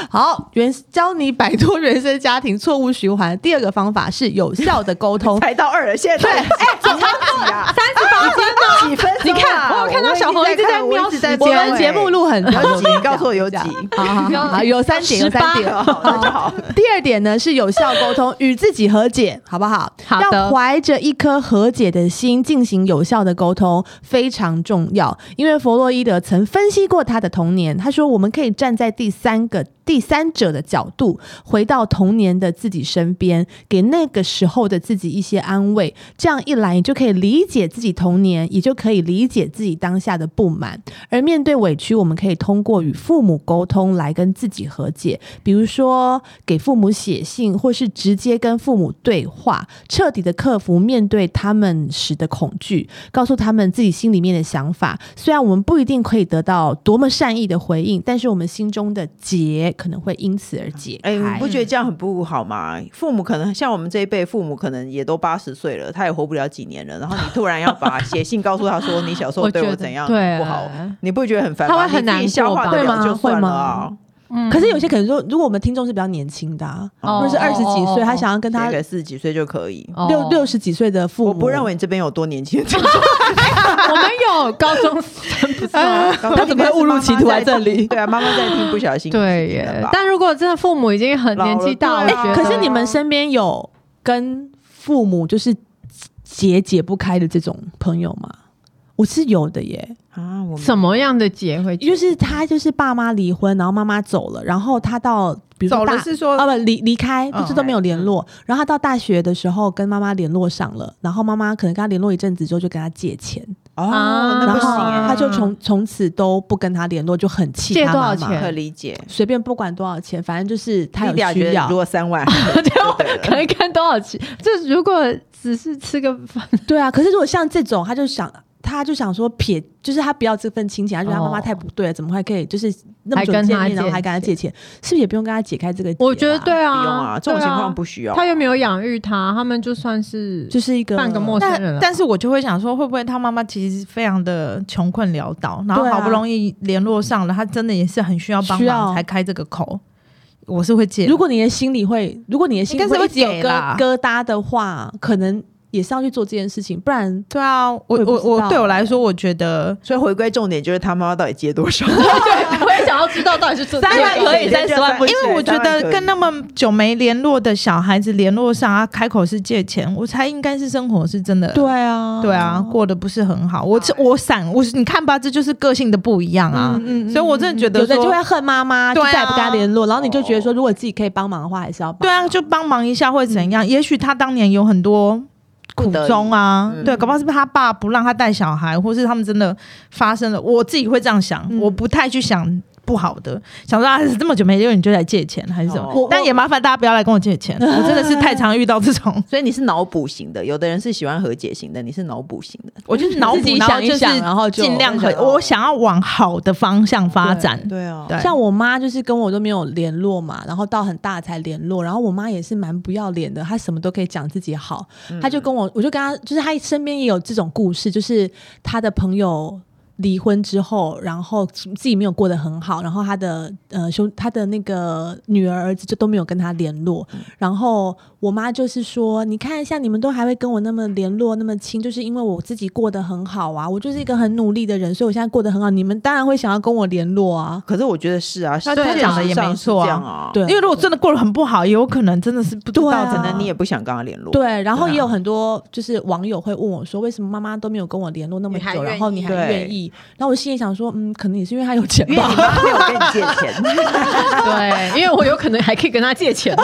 Speaker 1: 好，原教你摆脱原生家庭错误循环。第二个方法是有效的沟通
Speaker 3: 才到二了，现在 [LAUGHS] 对，哎，怎么几啊？
Speaker 4: 三十八分哦，
Speaker 3: 几分？啊
Speaker 4: 你看我有看到小红
Speaker 3: 一
Speaker 4: 一直在瞄
Speaker 3: 直在
Speaker 1: 我
Speaker 3: 瞄
Speaker 1: 们节目录很
Speaker 3: 哎
Speaker 1: 长，[LAUGHS]
Speaker 3: 有
Speaker 1: 我跟
Speaker 3: 几？
Speaker 1: 你
Speaker 3: 告诉我有几
Speaker 1: 讲？好好好好，有三点，有三点。
Speaker 3: 好哦那就好。
Speaker 1: [LAUGHS] 第二点呢是有效沟通，与自己和解，好不好？
Speaker 4: 好的
Speaker 1: 要怀着一颗和解的心进行有效的沟通，非常重要。因为弗洛伊德曾分析过他的童年，他说我们可以站在第三个第三者的角度，回到童年的自己身边，给那个时候的自己一些安慰。这样一来，你就可以理解自己童年，也就可以理解自己当下的不满。而面对委屈，我们可以通过与父母沟通来跟自己和解，比如说给父母写信，或是直接跟父母对话，彻底的克服面对他们时的恐惧，告诉他们自己心里面的想法。虽然我们不一定可以得到多么善意的回应，但是我们心中的结可能会因此而解开。
Speaker 3: 哎，你不觉得这样很不好吗？父母可能像我们这一辈，父母可能也都八十岁了，他也活不了几年了。然后你突然要
Speaker 1: [LAUGHS]
Speaker 3: 把写信告诉他说你小时候对我怎样
Speaker 4: 我觉得对
Speaker 3: 不好，
Speaker 1: 啊
Speaker 3: 你不会觉得很烦
Speaker 4: 他
Speaker 3: 吗？
Speaker 4: 会很
Speaker 3: 你自己消化得
Speaker 1: 难过吧
Speaker 3: 了就算了啊
Speaker 1: 会。
Speaker 4: 嗯
Speaker 1: 可是有些可能说，如果我们听众是比较年轻的、啊，
Speaker 4: 哦
Speaker 1: 或者是二十几岁，他想要跟他
Speaker 3: 写给四十几岁就可以。
Speaker 1: 六六，
Speaker 4: 哦
Speaker 1: 十几岁的父母，
Speaker 3: 我不认为你这边有多
Speaker 1: [LAUGHS]
Speaker 3: 年轻，
Speaker 4: 我们有高中生不是
Speaker 3: 啊
Speaker 4: 吗？
Speaker 1: 他怎么会误入歧途来这里
Speaker 3: 对啊，妈妈在听，不小
Speaker 1: [LAUGHS]
Speaker 3: 心
Speaker 4: 对
Speaker 3: 听了
Speaker 4: 耶
Speaker 3: 吧，
Speaker 4: 但如果真的父母已经很年纪大，
Speaker 3: 啊老
Speaker 4: 我
Speaker 3: 了
Speaker 4: 觉
Speaker 3: 对啊
Speaker 4: 得
Speaker 1: 可是你们身边有跟父母就是结解不开的这种朋友吗？我是有的耶，
Speaker 3: 啊，我们
Speaker 4: 什么样的结会
Speaker 1: 就是他就是爸妈离婚，然后妈妈走了，然后他到比如说
Speaker 2: 走了
Speaker 1: 大
Speaker 2: 是说
Speaker 1: 啊不离离开，
Speaker 2: 嗯
Speaker 1: 就是都没有联络。然后他到大学的时候跟妈妈联络上了，然后妈妈可能跟他联络一阵子之后就跟他借钱，
Speaker 3: 哦，
Speaker 4: 啊
Speaker 3: 那
Speaker 1: 然
Speaker 3: 不行
Speaker 1: 后
Speaker 3: 耶，
Speaker 1: 他就从从此都不跟他联络，就很气
Speaker 4: 借
Speaker 1: 他妈妈
Speaker 4: 多少钱
Speaker 3: 可理解。
Speaker 1: 随便不管多少钱，反正就是他有
Speaker 3: Lydia 觉
Speaker 1: 需
Speaker 3: 得
Speaker 1: 要
Speaker 3: 如。果
Speaker 1: [LAUGHS]
Speaker 3: 三万，就对了
Speaker 4: [LAUGHS] 可能看多少钱？就如果只是吃个饭，
Speaker 1: 对啊，可是如果像这种，他就想，他就想说撇，就是他不要这份亲情，他觉得他妈妈
Speaker 4: 哦
Speaker 1: 太不对了，怎么还可以就是那么
Speaker 4: 还
Speaker 1: 久
Speaker 4: 跟
Speaker 1: 见
Speaker 4: 他
Speaker 1: 面，然后
Speaker 4: 借
Speaker 1: 还跟他借钱，是不是也不用跟他解开这个结啊？
Speaker 4: 我觉得对
Speaker 3: 不
Speaker 4: 啊，
Speaker 3: 用啊，这种
Speaker 4: 对
Speaker 3: 情
Speaker 4: 啊
Speaker 3: 况不需要。
Speaker 4: 他又没有养育他，他们就算是
Speaker 1: 就是啊一个
Speaker 4: 半个陌生人啊
Speaker 2: 但
Speaker 4: 了。
Speaker 2: 但是我就会想说，会不会他妈妈其实非常的穷困潦倒，然后
Speaker 1: 对啊
Speaker 2: 好不容易联络上了，他真的也是很需要帮
Speaker 1: 需要
Speaker 2: 忙才开这个口。我是会借，
Speaker 1: 如果你的心里会，如果你的心里
Speaker 2: 应该是
Speaker 1: 会
Speaker 2: 会
Speaker 1: 一直有
Speaker 2: 给
Speaker 1: 疙
Speaker 2: 啦
Speaker 1: 疙瘩的话，可能也是要去做这件事情，不然
Speaker 2: 对啊，我
Speaker 1: 我也不
Speaker 2: 我
Speaker 1: 知道
Speaker 2: 我对我来说，我觉得
Speaker 1: [LAUGHS]
Speaker 3: 所以回归重点就是他妈妈到底接多少？
Speaker 4: 对，回很想要知道到底是出
Speaker 2: 三万可以，
Speaker 3: 对
Speaker 2: 三
Speaker 3: 对
Speaker 2: 十万不行。
Speaker 3: 对
Speaker 2: 因为我觉
Speaker 3: 当然
Speaker 2: 得
Speaker 3: 可以
Speaker 2: 跟那么久没联络的小孩子联络上，他啊开口是借钱，我猜应该是生活是真的。
Speaker 1: 对啊，
Speaker 2: 对啊，过得不是很好。我这我闪，我你看吧，这就是个性的不一样啊。
Speaker 1: 嗯嗯嗯
Speaker 2: 所以我真的觉得
Speaker 1: 有的
Speaker 2: 说
Speaker 1: 就会恨妈妈，就
Speaker 2: 对啊哦
Speaker 1: 再也不跟她联络，然后你就觉得说，如果自己可以帮忙的话，还是要帮。
Speaker 2: 对啊，就帮忙一下或者怎样。也许他当年有很多苦衷啊
Speaker 3: 不，得已嗯
Speaker 2: 对，搞不好是不是他爸不让他带小孩，或是他们真的发生了。我自己会这样想，我不太去想。不好的，想说啊，这么久没用你就来借钱还是什么？
Speaker 3: 哦，
Speaker 2: 但也麻烦大家不要来跟我借钱，我真的是太常遇到这种
Speaker 3: 所以你是脑补型的，有的人是喜欢和解型的，你是脑补型的。
Speaker 2: 我 [LAUGHS] 就是脑补
Speaker 1: 自己，
Speaker 2: 后
Speaker 1: 想一
Speaker 2: 就是
Speaker 1: 想然后就
Speaker 2: 尽量
Speaker 3: 我
Speaker 2: 很，
Speaker 3: 就
Speaker 2: 我想要往好的方向发展。
Speaker 3: 对啊，
Speaker 2: 对
Speaker 1: 像我妈就是跟我都没有联络嘛，然后到很大才联络，然后我妈也是蛮不要脸的，她什么都可以讲自己好，
Speaker 2: 嗯
Speaker 1: 她就跟我，我就跟她，就是她身边也有这种故事，就是她的朋友。离婚之后，然后自己没有过得很好，然后她的呃兄，她的那个女儿儿子就都没有跟她联络，
Speaker 2: 嗯
Speaker 1: 然后我妈就是说，你看一下，你们都还会跟我那么联络那么亲，就是因为我自己过得很好啊，我就是一个很努力的人，所以我现在过得很好，你们当然会想要跟我联络啊。
Speaker 3: 可是我觉得是啊，
Speaker 2: 他讲得
Speaker 3: 事实
Speaker 2: 也没错啊
Speaker 3: 上是这样啊。
Speaker 1: 对
Speaker 2: 因为如果真的过得很不好，也有可能真的是不知
Speaker 1: 对
Speaker 2: 道
Speaker 1: 啊
Speaker 2: 怎
Speaker 3: 可
Speaker 2: 么
Speaker 3: 能你也不想跟他联络。
Speaker 1: 对，然后
Speaker 3: 对啊
Speaker 1: 也有很多就是网友会问我说，为什么妈妈都没有跟我联络那么
Speaker 4: 你还
Speaker 1: 久，
Speaker 4: 愿意
Speaker 1: 然后你还
Speaker 3: 对
Speaker 1: 愿意？然后我心里想说，嗯，可能也是因为她有钱
Speaker 3: 因为你
Speaker 1: 吧。
Speaker 3: 妈没有跟你借钱，
Speaker 4: 对，因为我有可能还可以跟他借钱呢，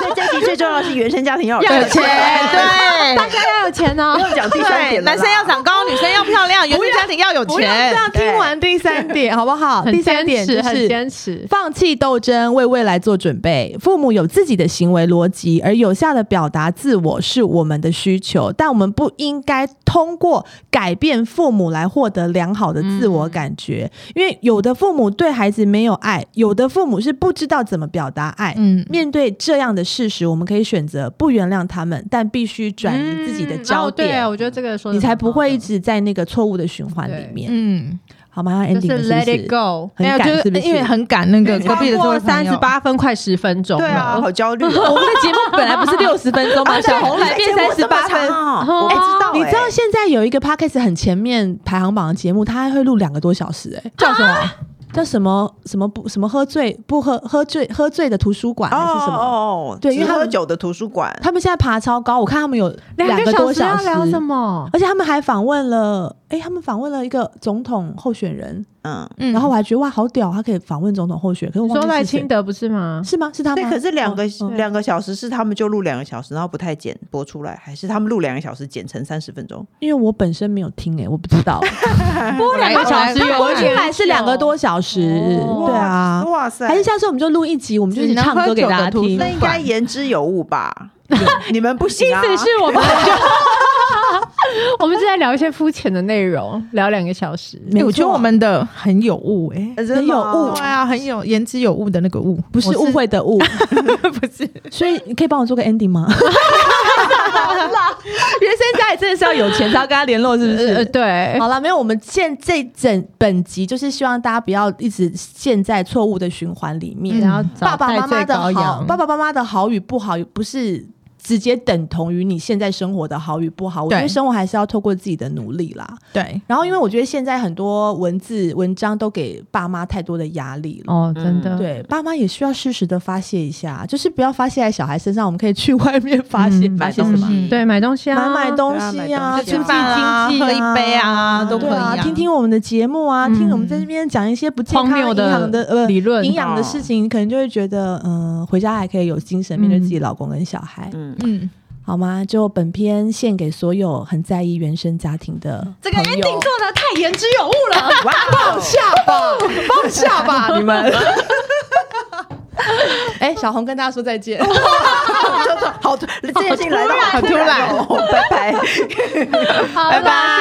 Speaker 3: 所以这题最重要的是原生家庭要有
Speaker 4: 要有钱
Speaker 2: 对
Speaker 4: 大家要有钱
Speaker 1: 哦
Speaker 4: 呢
Speaker 3: 不。用讲第三
Speaker 2: 对，
Speaker 3: 点了
Speaker 2: 男
Speaker 3: 啦
Speaker 2: 生要长高，女生要漂亮，原生家庭要
Speaker 1: [LAUGHS]
Speaker 2: 有
Speaker 1: 不要这
Speaker 2: 钱。
Speaker 1: 样，听完第三点好不好？
Speaker 4: [LAUGHS] [LAUGHS] 很
Speaker 1: 第三
Speaker 4: 坚
Speaker 1: 点
Speaker 4: 持，
Speaker 1: 就
Speaker 4: 很
Speaker 1: 是
Speaker 4: 坚持。
Speaker 1: 放弃斗争，为未来做准备。父母有自己的行为逻辑，而有效的表达自我是我们的需求，但我们不应该通过改变父母来获得良好的自
Speaker 4: 嗯
Speaker 1: 我感觉。因为有的父母对孩子没有爱，有的父母是不知道怎么表达爱。
Speaker 2: 嗯
Speaker 1: 面对这样的事实，我们可以选择不原谅他们，但必须转移自己的焦
Speaker 4: 嗯
Speaker 1: 点，
Speaker 4: 哦对，我觉得这个说得
Speaker 1: 你才不会一
Speaker 4: 很好
Speaker 1: 直在那个错误的循环里面。
Speaker 2: 嗯，
Speaker 1: 好吗要？ending
Speaker 4: 就
Speaker 1: 了
Speaker 4: 是
Speaker 1: 是不
Speaker 4: let
Speaker 1: 是
Speaker 4: it go。
Speaker 1: 很哦
Speaker 2: 有，
Speaker 1: 赶
Speaker 2: 就是
Speaker 1: 是不是
Speaker 2: 因为很赶那个
Speaker 3: 因为
Speaker 2: 隔壁的
Speaker 4: 超
Speaker 2: 座
Speaker 4: 过
Speaker 2: 位
Speaker 4: 三十，八分，快十分钟
Speaker 3: 对啊，
Speaker 4: 了。
Speaker 3: 好焦虑哦。
Speaker 1: 我们的节目 [LAUGHS] 本来不是六十分钟
Speaker 4: [LAUGHS]
Speaker 1: 吗？小红来变三十八分。嗯
Speaker 3: 哦
Speaker 4: 我
Speaker 3: 我
Speaker 4: 不
Speaker 3: 不
Speaker 4: 知
Speaker 3: 知道，
Speaker 4: 道
Speaker 1: 你知道现在有一个 podcast 很前面排行榜的节目，它还会录两个多小时、哎，
Speaker 2: 叫什
Speaker 4: 啊
Speaker 2: 么？
Speaker 1: 叫什么什么不什么喝醉不喝喝醉喝醉的图书馆还是什么？
Speaker 3: 哦哦，
Speaker 1: 对因为
Speaker 3: 只
Speaker 1: 他们
Speaker 3: 喝酒的图书馆，
Speaker 1: 他们现在爬超高，我看他们有
Speaker 4: 两
Speaker 1: 个多
Speaker 4: 时
Speaker 1: 小
Speaker 4: 要
Speaker 1: 时
Speaker 4: 聊什么？
Speaker 1: 而且他们还访问了，哎、他们访问了一个总统候选人，
Speaker 3: 嗯，
Speaker 2: 嗯
Speaker 1: 然后我还觉得哇，好屌，他可以访问总统候选人，可是我
Speaker 4: 你
Speaker 1: 忘记
Speaker 4: 说赖
Speaker 1: 是谁
Speaker 4: 清德不是吗？
Speaker 1: 是吗？是他
Speaker 3: 对，
Speaker 1: 吗？
Speaker 3: 可是两个
Speaker 1: 哦嗯
Speaker 3: 两个小时是他们就录两个小时，然后不太剪播出来，还是他们录两个小时剪成三十分钟？
Speaker 1: 因为我本身没有听、哎，我不知 [LAUGHS] 道，
Speaker 4: 不两个小时有
Speaker 1: 回去来是两个多小时，
Speaker 4: 哦
Speaker 1: 对啊，
Speaker 3: 哇塞，
Speaker 1: 还是下次我们就录一集，我们就一起唱歌给大家听。
Speaker 3: 那应该言之有物吧？你你们不行啊？
Speaker 4: 意思是我们我们是在聊一些肤浅的内容，聊两个
Speaker 1: [LAUGHS]
Speaker 4: 小时。
Speaker 1: 没
Speaker 2: 哎我
Speaker 1: 错
Speaker 2: 觉得我们的很有物哎，
Speaker 3: 呃真的吗
Speaker 1: 很有物
Speaker 2: 对啊，很有言之有物的那个物，
Speaker 1: 不是误会的 [LAUGHS] 误，
Speaker 2: 不是。
Speaker 1: 所以你可以帮我做个 ending 吗？ [LAUGHS] 啊原生家也真的是要有钱才要跟他联络，是不
Speaker 4: 呃，
Speaker 1: 是？
Speaker 2: 哎
Speaker 4: 对，
Speaker 1: 好了，没有，我们现这整本集就是希望大家不要一直陷在错误的循环里面。
Speaker 2: 嗯
Speaker 4: 然后
Speaker 1: 爸爸妈妈的好，爸
Speaker 4: 爸
Speaker 1: 爸妈妈的好与不好，不是直接等同于你现在生活的好与不好。我觉得
Speaker 2: 对
Speaker 1: 生活还是要透过自己的努力啦。
Speaker 2: 对，
Speaker 1: 然后，因为我觉得现在很多文字文章都给爸妈太多的压力了。
Speaker 4: 哦，真
Speaker 2: 嗯
Speaker 4: 的，
Speaker 1: 嗯对，爸妈也需要适时的发泄一下，就是不要发泄在小孩身上，我们可以去外面发泄，
Speaker 2: 嗯
Speaker 1: 发泄什
Speaker 3: 买东
Speaker 1: 么？
Speaker 3: 西
Speaker 2: 嗯
Speaker 4: 对，买东西啊，
Speaker 1: 买买东
Speaker 3: 对
Speaker 1: 西
Speaker 3: 啊
Speaker 1: 啊，
Speaker 3: 买东西
Speaker 1: 经
Speaker 2: 吃
Speaker 1: 济
Speaker 2: 饭啊，
Speaker 1: 经济
Speaker 2: 喝一杯啊，都可
Speaker 1: 对
Speaker 2: 以
Speaker 1: 啊，
Speaker 2: 啊。
Speaker 1: 听听我们的节目啊，
Speaker 2: 嗯
Speaker 1: 听我们在这边讲一些不健
Speaker 4: 荒
Speaker 1: 康
Speaker 4: 谬
Speaker 1: 营养的呃
Speaker 4: 理论
Speaker 1: 营养的事情，可能就会觉得嗯、回家还可以有精神面对
Speaker 4: 嗯
Speaker 1: 自己老公跟小孩，
Speaker 3: 嗯，
Speaker 2: 嗯，
Speaker 1: 好吗？就本篇献给所有很在意原生家庭的
Speaker 4: 这个
Speaker 1: 朋友
Speaker 4: ending 做的太言之有物了，
Speaker 3: 哇哦，
Speaker 1: 下吧，
Speaker 4: 放
Speaker 3: [LAUGHS]
Speaker 4: 下吧，你们。
Speaker 1: 哎、小红跟大家说再见。
Speaker 3: 好，这件事情来到
Speaker 2: 好突然
Speaker 3: 哦，拜拜。
Speaker 4: 好，拜
Speaker 2: 拜拜。